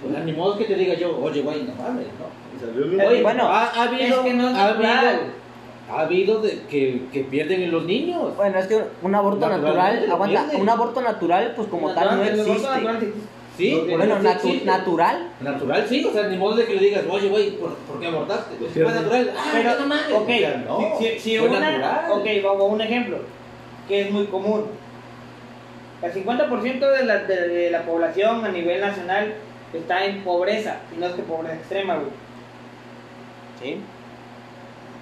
Pues ni modo que te diga yo, oye, güey, no mames, ¿no?
Y salió
Eh,
el-
Oye,
bueno,
ha, ha habido,
es que no es
ha habido,
natural.
ha habido de, que, que pierden los niños.
Bueno, es que un aborto natural,
Naturalmente lo
aguanta,
pierden.
un aborto natural, pues como tal, no
Natural, el aborto
existe.
natural sí existe.
Sí,
Bueno,
sí
natu-
existe.
natural,
Natural sí, o sea, ni modo de que le digas, oye, güey, ¿por, por qué abortaste?
Lo
Fue
pierden.
natural. Ah,
Pero,
no mames.
ok,
O sea, no,
si, si- si
fue
una,
natural.
ok, vamos a un ejemplo, que es muy común. El 50% de la, de, de la población a nivel nacional está en pobreza, y no es que pobreza extrema, güey.
¿sí?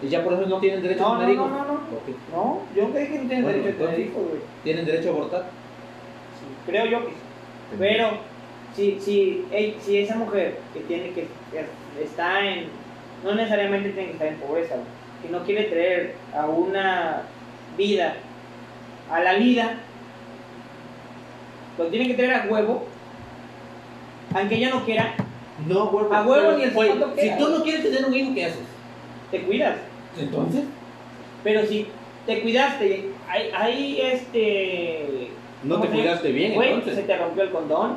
Y ya por eso no tienen derecho
No,
a
no,
tener hijos.
no, no, no.
Ok.
No, yo creo que no tienen
Bueno,
derecho a tener
entonces-
hijos, güey.
Tienen derecho a abortar.
Creo yo que sí. Pero si, si, ey, si esa mujer que tiene que, que está en, no necesariamente tiene que estar en pobreza, güey, que no quiere traer a una vida, a la vida, lo tiene que traer a huevo, aunque ella no quiera,
No, huevo.
A huevo ni el
Güey,
zapato
Si
queda,
tú
güey.
no quieres tener un hijo, ¿qué haces?
te cuidas.
Entonces.
Pero si te cuidaste, hay, hay este...
No te
¿cómo se
cuidaste
llama?
bien,
Güey,
entonces.
se te rompió el condón.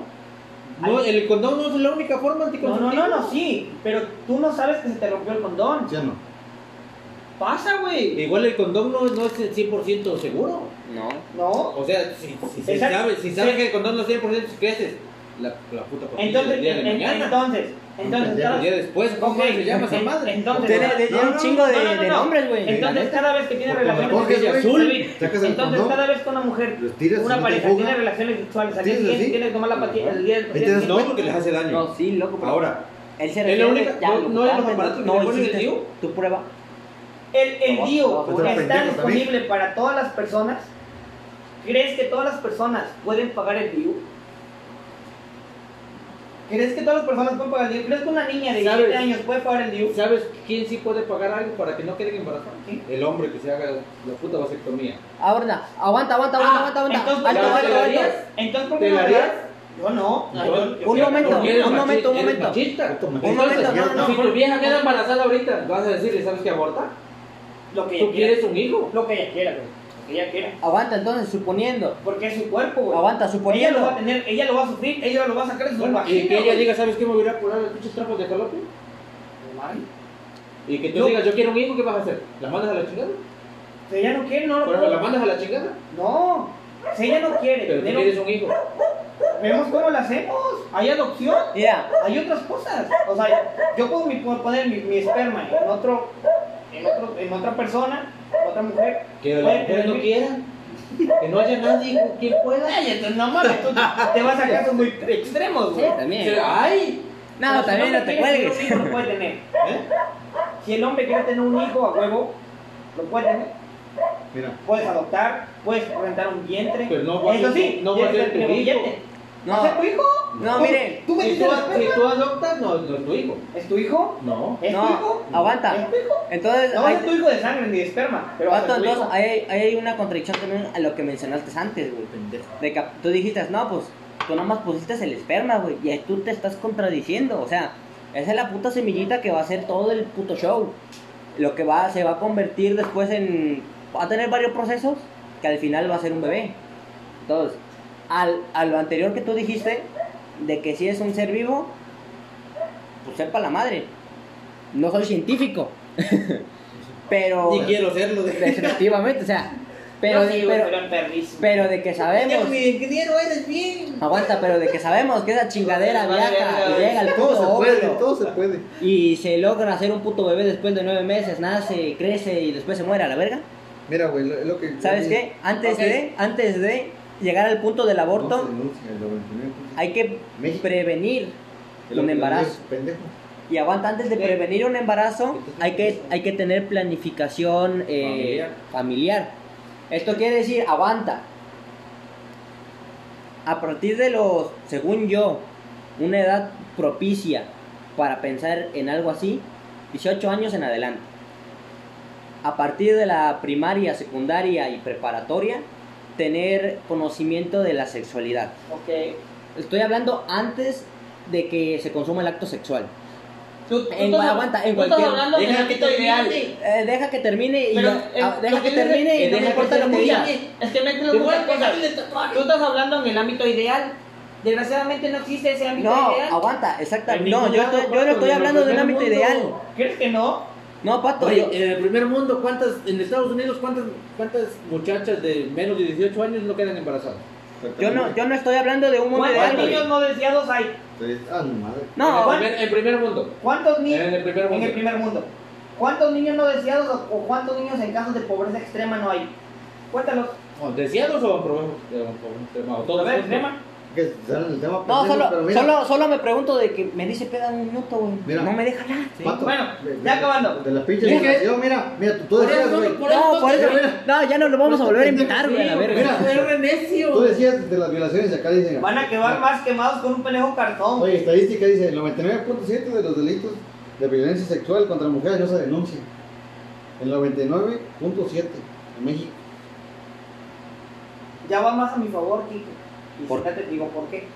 No, el condón no es la única forma
No, no,
anticonceptiva.
no, no, sí, pero tú no sabes que se te rompió el condón.
Ya no.
Pasa, güey.
Igual el condón no, no es el 100% seguro.
No.
No,
O sea, si, si, si
Exacto.
sabes, si sabes
Sí.
que el condón no es 100% ¿qué haces? La, la puta pastilla
Entonces,
del día de
en-
mañana.
entonces, entonces,
Ya,
cada-
el día después, ¿cómo
Ok,
se llama esa
en-
madre?
entonces,
Tiene,
cada-
tiene
no,
un
no,
chingo de,
no, no, no.
de nombres, güey.
entonces cada vez que tiene
Porque me
relaciones
coges,
sexuales,
güey,
sacas el
entonces
condón.
cada vez que una mujer,
Los tiras,
una
no te
pareja
fuga.
tiene relaciones sexuales, al día
Tienes
siguiente
así.
tiene que tomar la pastilla, el día del
Ahí te das
paciente.
No, porque les hace daño.
No, sí, loco. pero-
Ahora,
Él se
Es la
refiere
única-
ya
no-
lo
no eran los
ocupaste,
aparatos que
no
le ponen el
hiciste
DIU.
Tu prueba.
El, el
No, no,
DIU
pues era
está
pendejo también.
disponible para todas las personas. ¿Crees que todas las personas pueden pagar el DIU? ¿Crees que todas las personas pueden pagar el DIU? ¿Crees que una niña de
¿Sabes?
17 años puede pagar el DIU?
¿sabes quién sí puede pagar algo para que no quede embarazado? El hombre que se haga la puta vasectomía.
Ahora, aguanta, aguanta, aguanta, aguanta, aguanta.
Ah, Entonces, ¿por
Alto,
qué no
alto,
¿te la
alto.
harías?
Entonces, ¿por
¿Te
qué
la
no
harías?
Yo no. no, yo- yo-
Un momento,
Porque eres
un
machi-
momento, un
eres
momento.
machista.
Un
momento,
Entonces,
no, no.
Si tu vieja queda embarazada ahorita, vas a decirle, ¿sabes qué aborta?
Lo que
Tú
ella quiera.
quieres un hijo.
Lo que ella quiera, güey. Lo que ella quiera.
Aguanta, entonces, suponiendo.
Porque es su cuerpo, güey.
Aguanta,
Ella lo va
suponiendo.
a tener, ella lo va a sufrir, ella lo va a sacar de su
Bueno,
vagina.
y que ella
güey.
diga, ¿sabes qué me voy a ir a curar los pinches trapos de calote?
Normal.
Y que tú
No.
digas, yo quiero un hijo, ¿qué vas a hacer? ¿La mandas a la chingada?
Si ella no quiere, no lo
Pero la
puedo.
mandas a la chingada.
No. Si ella no quiere,
Pero tú
tener un-
quieres un hijo.
vemos cómo la hacemos. Hay adopción,
Mira,
hay otras cosas. O sea, yo puedo, mi- puedo poner mi, mi esperma en otro, en otro, en otra persona, otra mujer.
Que las
Puede
mujeres no
tener-
quieran. Que no haya nadie con quien pueda.
Ay, entonces, no mames, tú te vas a casos muy extremos, güey.
también.
Pero, ¡Ay!
No,
Pero si
también no
hombre
te
quiere
cuelgues.
tener un hijo, lo puede tener.
¿Eh?
Si el hombre quiere tener un hijo a huevo, lo puede tener.
Mira,
Puedes adoptar, puedes rentar un vientre.
Pero no va a
Eso
ser-
sí,
no va a
tienes
ser
que tener
tu
un
hijo.
billete. ¿Va a ser
No,
tu hijo?
no, miren.
¿Tú
Si
metiste
tú,
la
si
esperma?
tú adoptas, no, no es tu hijo.
¿Es tu hijo?
No.
¿Es tu hijo?
No, aguanta.
¿Es tu hijo?
Entonces,
No va a
hay,
ser tu hijo de sangre ni de esperma, pero va a
vato,
ser tu
entonces,
hijo.
hay, hay una contradicción también a lo que mencionaste antes, güey.
pendejo.
De que tú dijiste, no, pues tú nomás pusiste el esperma, güey. Y ahí tú te estás contradiciendo. O sea, esa es la puta semillita que va a ser todo el puto show. Lo que va, se va a convertir después en. Va a tener varios procesos que al final va a ser un bebé. Entonces, al, a lo anterior que tú dijiste, de que si es un ser vivo, pues sepa la madre. No soy científico. pero.
Ni quiero serlo.
Definitivamente, o sea. Pero,
Yo sí, güey,
pero,
pero en perrísimo.
pero de que sabemos.
ingeniero eres bien.
Aguanta, pero de que sabemos que esa chingadera
Vale, verga,
viaja y
güey.
llega al
Todo
puto
se puede,
óvulo
todo se puede.
y se logra hacer un puto bebé después de nueve meses, nace, crece y después se muere a la verga.
Mira, güey, lo, lo que.
¿Sabes qué? Antes
Ok.
de, antes de llegar al punto del
No
aborto,
se denuncia, el 99%.
hay que
México.
prevenir
El
un embarazo.
es Pendejo.
Y aguanta, antes de
Sí.
prevenir un embarazo,
Entonces,
hay que, hay que tener planificación eh, familiar. Esto quiere decir, aguanta. A partir de los, según yo, una edad propicia para pensar en algo así, 18 años en adelante. A partir de la primaria, secundaria y preparatoria, tener conocimiento de la sexualidad.
Ok.
Estoy hablando antes de que se consuma el acto sexual.
Tú, tú
En-
estás-
aguanta, en
tú estás
cualquier-
hablando
deja
del
que
ámbito
termine.
ideal.
Eh, deja que termine y
Pero,
no-
eh,
ah,
lo
deja
que
que
yo
termine
dije-
y no
que
me
deja
importa
que
lo que
termine.
diga.
Es que meten
Tú
las
estás
cosas.
hablando de tatuajes. Tú estás hablando en el ámbito ideal. Desgraciadamente no existe ese ámbito
No,
ideal.
aguanta,
En
exactamente. No,
ningún
yo,
lado,
estoy- yo no
Pato,
estoy
en
hablando
el
de un
primer
ámbito
mundo.
ideal.
¿Crees que no?
No, Pato,
Oye, eh,
yo-
en el primer mundo, ¿cuántas, en Estados Unidos, cuántas, cuántas muchachas de menos de 18 años no quedan embarazadas?
yo, no, yo no estoy hablando de un mundo
¿Cuántos
ideal.
niños no deseados hay?
Entonces, ah, no, madre.
en
No,
el primer, en primer mundo.
¿Cuántos niños
En el primer
en
mundo.
el primer mundo? ¿Cuántos niños no deseados o, o cuántos niños en casos de pobreza extrema no hay? Cuéntalos.
No, ¿Deseados o problemas?
A ver,
problemas.
Nema.
Que sale el tema
no,
pendejo, pero
solo,
mira,
solo, solo me pregunto de que me dice peda un minuto, güey.
Mira.
No me deja hablar.
Pato,
Bueno,
de- de-
ya acabando.
De la pinche
Es que-
generación, mira, mira, tú, tú decías, güey.
No, por eso.
mira.
No, ya no lo vamos a volver a invitar, güey. A
güey,
ver.
mira. Tú decías de las violaciones, acá dicen.
Van a quedar más quemados con un pendejo cartón.
Oye, estadística dice: el 99.7 de los delitos de violencia sexual contra mujeres no se denuncian. El 99.7 en México.
Ya va más a mi favor, Kike. Y
¿Por-
ahorita te digo por qué.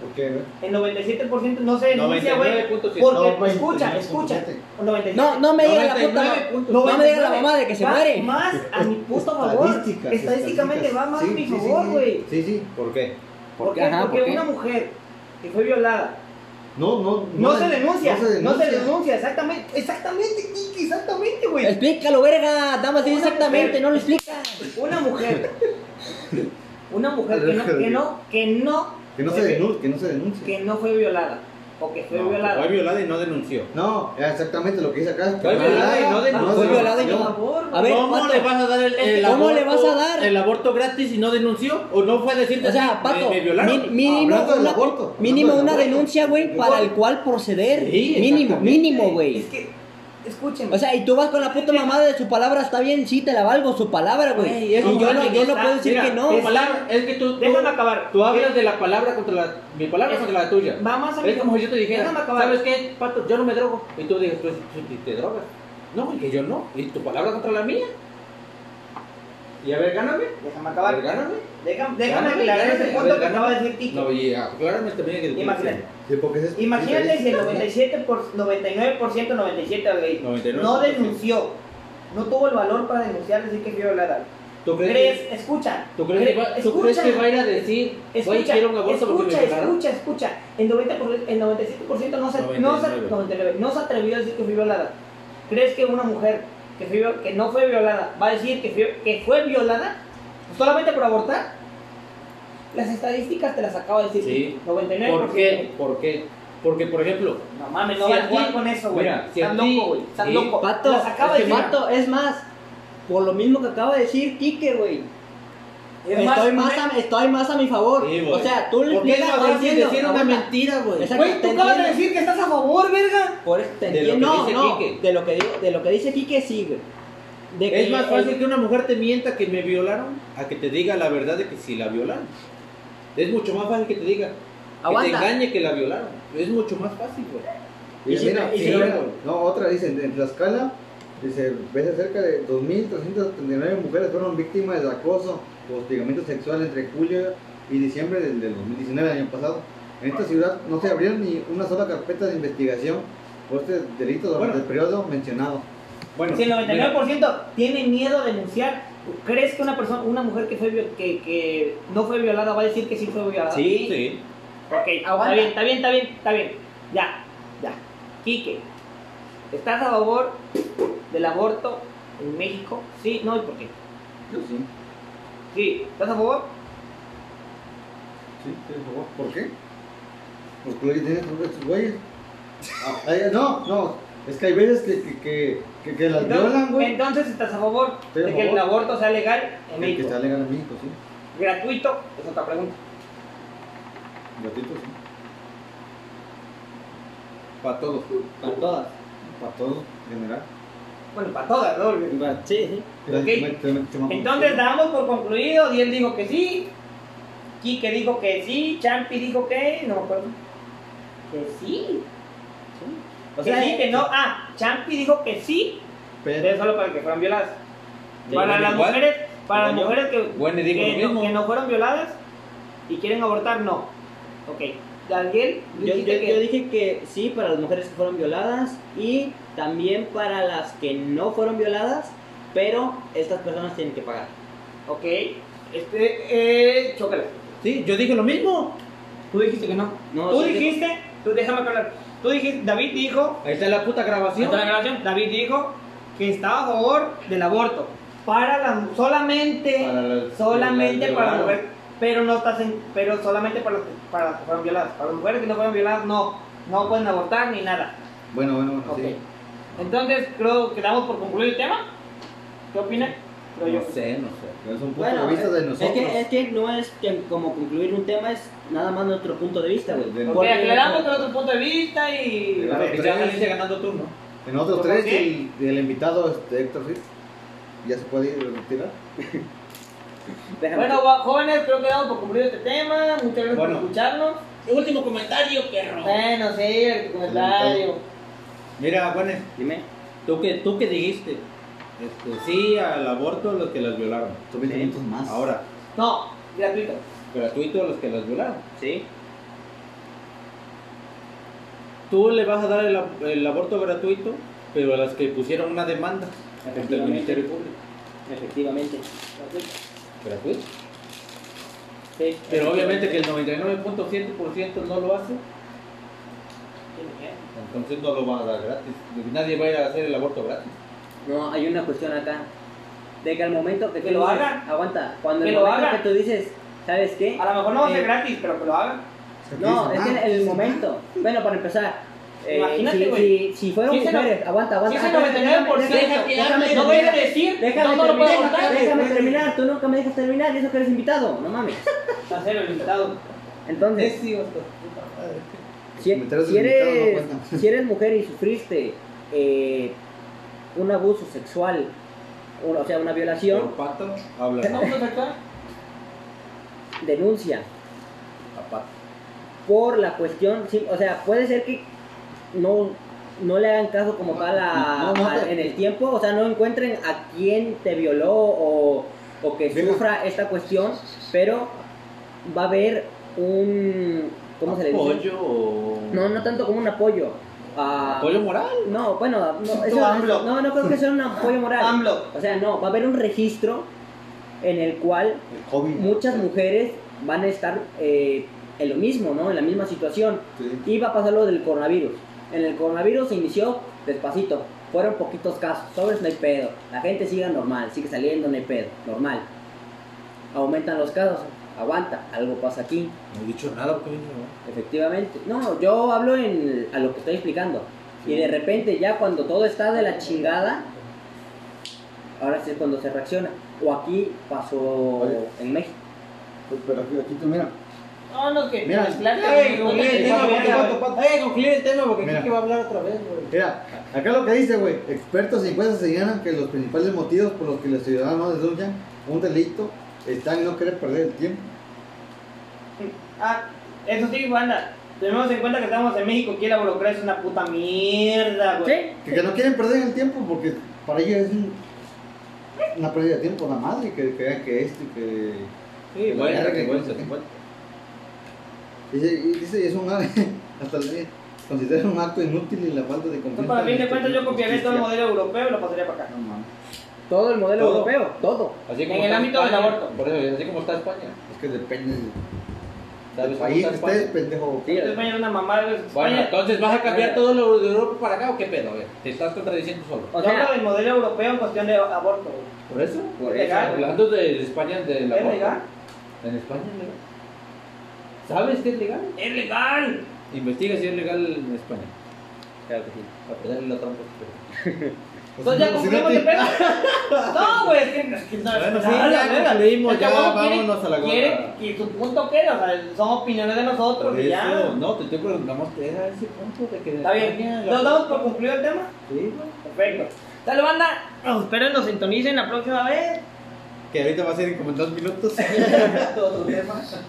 ¿Por qué? güey?
El 97% no se denuncia, güey.
99.7.
Porque,
No,
escucha,
99.7.
escucha. Un 97.
No, no me diga la puta. No me diga la mamá de que se
Va
muere.
Más a mi puto favor.
Estadísticas,
Estadísticamente va más a
Sí,
mi
sí, sí,
favor,
sí.
güey.
Sí, sí. ¿Por qué?
¿Por qué?
Porque-
Ajá,
Porque
¿por qué?
una mujer que fue violada
No, no.
No se denuncia, no se denuncia, exactamente, exactamente, Kiki, exactamente, güey.
Explícalo, verga. Damas, dice exactamente, no lo explica.
Una mujer, una mujer que no, que no, que no,
Que no se denuncia. Que no se denuncia.
que no fue violada, o que fue
No,
violada.
Fue violada y no denunció.
No, exactamente lo que dice acá.
Fue violada y no denunció.
Fue
violada y
Por
no-
favor,
A ver,
¿Cómo
Pato.
le vas a dar el, el
¿Cómo
aborto,
le vas a dar?
el aborto gratis y no denunció? ¿O no fue a decirte
O sea,
"Me-
Pato,
me, violaron?
mi- mínimo
Hablando del
una,
aborto, hablando
mínimo
del
una
aborto.
denuncia, güey, para el cual proceder.
Sí,
mínimo,
exactamente.
mínimo, güey.
Es que, escúchenme.
O sea, y tú vas con la puta mamada de su palabra, está bien, sí, te la valgo, su palabra, güey.
Güey,
Y
es
yo
como
no,
alguien
yo
que
no
está-
puedo decir
mira,
que no.
tu palabra- es que tú, tú-
déjame acabar.
tú hablas de la palabra contra la... Mi palabra contra la tuya.
Va más a mi
Es como si yo te dijera,
Déjame acabar.
¿sabes qué, Pato? Yo no me drogo. Y tú dices, "Pues, tú, tú- tú te drogas. No, güey, que yo no. Y tu palabra contra la mía. Y a ver, gáname.
Déjame
A ver,
acabar.
gáname.
Déjame, déjame
Gáname,
aclarar
gáname,
ese
a
punto
ver,
que acaba de
gáname.
decir Kiki.
No, y aclárame también que...
Imagínate.
Sí, porque es-
Imagínate si el 97 por 99%, 97% al ley
99%.
no denunció, no tuvo el valor para denunciar, decir que fue violada.
¿Tú crees que-
¿Crees? Escucha.
¿Tú crees, que va, ¿Tú crees que va a ir a decir, güey,
Escucha,
quiero un aborto porque
escucha,
me violaron?
escucha, escucha. El, 90 por- el 97% no se, No, se,
99.
99, no se atrevió a decir que fue violada. ¿Crees que una mujer que, fue viol- que no fue violada va a decir que fue, que fue violada solamente por abortar? Las estadísticas te las acabo de decir.
Sí.
99%.
¿Por qué? ¿por qué? Porque, por ejemplo,
No mames, no
Si
va
a
a jugar
ti-
con eso, güey.
mira, si eh, a
Estás
ti-
loco, güey. Estás
sí,
loco.
Pato,
Las acaba de
es que
decir.
Pato, es más, por lo mismo que acaba de decir Quique, güey.
Es
Estoy
más,
más, a, estoy más a mi favor.
Sí, güey.
o sea, tú le
¿por qué es
explicas,
más
te
fácil
entiendo,
decir una
aguanta.
mentira, güey?
Exacto,
Pues Güey, tú
te
acabas de
entiendo.
decir que estás a favor, verga.
Por eso te
De lo
entiendo.
que
No,
dice
no,
Quique.
de lo que digo- de lo que dice Quique sí, güey. De que-
Es más fácil que una mujer te mienta que me violaron a que te diga la verdad de que si la violaron. Es mucho más fácil que te diga que te
Aguanta.
engañe que la violaron. Es mucho más fácil, güey.
Y
Y si-
mira,
y si
sí,
lo-
mira, no, otra dice, en Tlaxcala, dice, ves cerca de 2.339 mujeres fueron víctimas de acoso o hostigamiento sexual entre julio y diciembre del, del 2019, el año pasado. En esta ciudad no se abrieron ni una sola carpeta de investigación por este delito durante
Bueno.
el periodo mencionado.
Bueno,
Si el
mira,
99% tiene miedo a denunciar, ¿crees que una persona, una mujer que fue viol- que, que no fue violada va a decir que sí fue violada?
Sí, sí.
Ok, está
Aguanta.
bien, está bien, está bien, está bien. Ya, ya. Quique, ¿estás a favor del aborto en México? Sí, no, ¿y por qué?
Yo sí.
Sí, ¿estás a favor?
Sí, sí, por favor. ¿Por qué? Los colegas tienen que estos güeyes. Ah, ay, no, no. Es que hay veces que, que, que, que, que las
Entonces,
violan, güey.
entonces, estás a favor
Estoy a
de que el
favor.
aborto sea legal en
Que
México.
está legal en México, sí.
Gratuito, es otra pregunta.
Gratuito, sí.
Para todos.
Para todas.
Para todos, en general.
Bueno, para todas, ¿no?
Sí, sí.
Te-
Ok.
te- te- te- te-
Entonces damos por concluido, Diel dijo que sí, Quique dijo que sí, Champi dijo que no me acuerdo. Que sí.
O
O
sea,
sea, sí, que no. Ah, Champi dijo que sí, pero
Pero,
solo para que fueran violadas.
Sí,
Para
bueno,
las
igual.
mujeres, para las
Igual yo.
mujeres que,
Bueno, digo
que
lo
no,
mismo.
que no fueron violadas y quieren abortar, no. Ok. Daniel,
Yo, yo-
dijiste que-
yo dije que sí para las mujeres que fueron violadas y también para las que no fueron violadas, pero estas personas tienen que pagar.
Ok, este, eh, chócala.
Sí, yo dije lo mismo.
Tú dijiste que no.
No,
tú
sí, sí.
dijiste, tú déjame hablar. Tú dijiste, David dijo,
Ahí está la puta
ahí
grabación.
está la grabación, David dijo que estaba a favor del aborto. Para la, solamente,
Para las-
solamente
las
para las
violadas.
mujeres, pero no estás en- pero solamente para las, que- para las que fueron violadas. Para las mujeres que no fueron violadas, no, no pueden abortar ni nada.
Bueno, bueno, bueno,
Ok.
sí.
Entonces, creo que damos por concluido el tema. ¿Qué opinan? Creo yo.
No sé, no sé.
Pero es un punto
Bueno,
de vista de
es
nosotros.
que, es que no es que como concluir un tema, es nada más nuestro punto de vista, güey.
De-
Ok,
Porque-
aclaramos con otro punto de vista y.
Claro,
Y pues ya saliste ganando turno.
En otros
¿Por
tres,
qué?
el, el invitado este, Héctor Fritz. Ya se puede ir a retirar.
Déjame-
Bueno, va- jóvenes, creo que damos por concluido este tema. Muchas gracias
Bueno.
por escucharnos.
Último comentario, perro.
Bueno, sí, el comentario.
Mira, Juanes,
dime.
tú que, tú que dijiste este, sí al aborto a los que las violaron.
Son 20
Sí.
minutos más.
Ahora,
No, gratuito.
gratuito a los que las violaron.
Sí.
Tú le vas a dar el, ab- el aborto gratuito, pero a las que pusieron una demanda ante el
Efectivamente.
Ministerio Público.
Efectivamente.
Gratuito.
Sí.
Pero obviamente que el 99.7% no lo hace, entonces no lo van a dar gratis. Nadie va a ir a hacer el aborto gratis.
No, hay una cuestión acá. De que al momento que,
Que
tú
lo
dices-
hagan.
Aguanta. Cuando
Que
el
lo
momento
hagan.
que tú dices, ¿sabes qué?
A lo mejor no va a ser
Eh,
gratis, pero que lo hagan.
No, es que en
Ah,
el momento. Bueno, para empezar. eh,
Imagínate,
si-
güey.
si, si fueron
Si ese no-
mujeres, aguanta,
Si
aguanta.
ese
Déjame- déjame-
99%
déjame
no voy a
terminar.
decir,
Déjame
no, no lo puedo
terminar,
contar.
déjame terminar, tú nunca me dejas terminar, y eso que eres invitado, no mames.
Está cero, el invitado. pues.
Entonces, si,
comentarios
si
ilimitados
eres,
no cuentan.
si eres mujer y sufriste eh, un abuso sexual, o, o sea, una
Por
violación,
pato, habla.
¿No puedo sacar?
denuncia
A pato.
por la cuestión, sí, o sea, puede ser que no, no le hagan caso como tal a-
No, no,
a-
no.
en el tiempo, o sea, no encuentren a quién te violó o, o que
Venga.
sufra esta cuestión, pero va a haber un, ¿cómo se le dice?
Apoyo o-
No, no tanto como un apoyo. a-
Apoyo moral.
No, bueno, no, eso-
AMLO.
no, no creo que sea un apoyo moral.
AMLO.
O sea, no, va a haber un registro en el cual
El hobby.
muchas mujeres van a estar eh, en lo mismo, ¿no? En la misma situación.
Sí.
Y va a pasar lo del coronavirus. En el coronavirus se inició despacito. Fueron poquitos casos. Sobres no hay pedo. La gente sigue normal, sigue saliendo, no hay pedo. Normal. Aumentan los casos. Aguanta, algo pasa aquí.
No he dicho nada porque no.
Efectivamente. No, yo hablo en a lo que estoy explicando. Y de repente ya cuando todo está de la chingada, ahora sí es cuando se reacciona. O aquí pasó
Oye.
en México.
Pues, Pero aquí, aquí tú, mira.
No, no, que.
Mira,
Claro, no,
concluye el
no,
tema,
no,
porque
no,
pato, pato.
Eh, concluye el tema porque
Mira.
aquí que va a hablar otra vez, güey.
Mira, acá lo que dice, güey, expertos y encuestas señalan que los principales motivos por los que los ciudadanos denuncian un delito están en no querer perder el tiempo.
Ah, eso sí, banda. Tenemos en cuenta que estamos en México, que la burocracia es una puta mierda, güey.
Sí.
Que, que no quieren perder el tiempo porque para ellos es un- una pérdida de tiempo, la madre, que crean que esto y que...
Sí,
bueno,
bueno,
que cuente, que Dice, y dice, es un acto, hasta le considera un acto inútil y la falta de
Entonces,
confianza.
para fin de cuentas, yo copiaré
copiaré
todo el modelo europeo y lo pasaría para acá.
No mames,
Todo el modelo
Todo.
europeo, todo.
Así
En el
está
ámbito del
España,
aborto.
Por eso, así como está España.
es que depende del-
¿Sabes
del
cómo
país pues.
está
que estés,
España?
pendejo.
Sí,
Entonces, España es una mamada, güey.
Bueno,
España,
entonces vas a
Eh.
cambiar todo lo de Europa para acá o qué pedo, A ver, Te estás contradiciendo solo.
o
yo
sea-
hablo del modelo europeo en cuestión de aborto, güey.
¿Por eso?
Por eso.
Hablando de, de España, de la
¿Es legal?
En España es legal. ¿Sabes que es legal?
¡Es legal!
Investiga si es legal en España.
Claro que sí.
A pegarle la trampa. pero-
Entonces Pues ya concluimos el pedo. No, güey, es que- es que no
Pues Bueno,
es
sí, ya concluimos,
El
ya,
cabrón quiere-
vámonos a la gorda.
quiere- Y tu punto qué era, o sea, son opiniones de nosotros,
Por
y ya.
eso, no, te estoy preguntando, era ese punto de que.
Está bien. ¿Nos damos por concluido el tema?
Sí,
Perfecto. Dale, banda. Nos esperen, nos sintonicen la próxima vez.
Que ahorita va a ser como en dos minutos.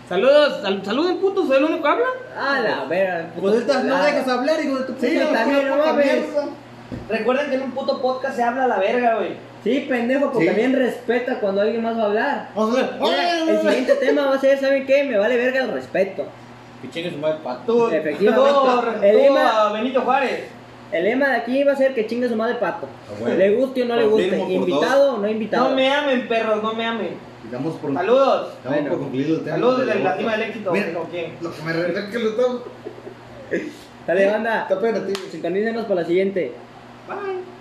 Saludos, sal- saluden puto, soy el único que habla.
A la verga.
Pues estas no
La-
dejas hablar, hijo de tu puta
Sí,
madre.
también, no mames.
Recuerden que en un puto podcast se habla a la verga, güey.
Sí, pendejo, pues
Sí.
también respeta cuando alguien más va a hablar.
Vamos a ver.
Mira, el siguiente tema va a ser, ¿saben qué? Me vale verga el respeto.
Que chingue su madre pato.
Tú,
Efectivamente.
tú
Elena-
a Benito Juárez.
El lema de aquí va a ser que chingue su madre pato.
Ah, bueno.
Le guste o no le guste.
Confirmo por
Invitado o no invitado.
No me amen, perros, no me amen.
Estamos por, estamos
Saludos.
por concluir el tema.
Saludos
del
de la cima
voto.
del éxito.
Mira,
¿Con quién?
Lo que me revela que lo estamos.
Dale, banda.
Está pena, tío.
Sintonícenos para la siguiente.
Bye.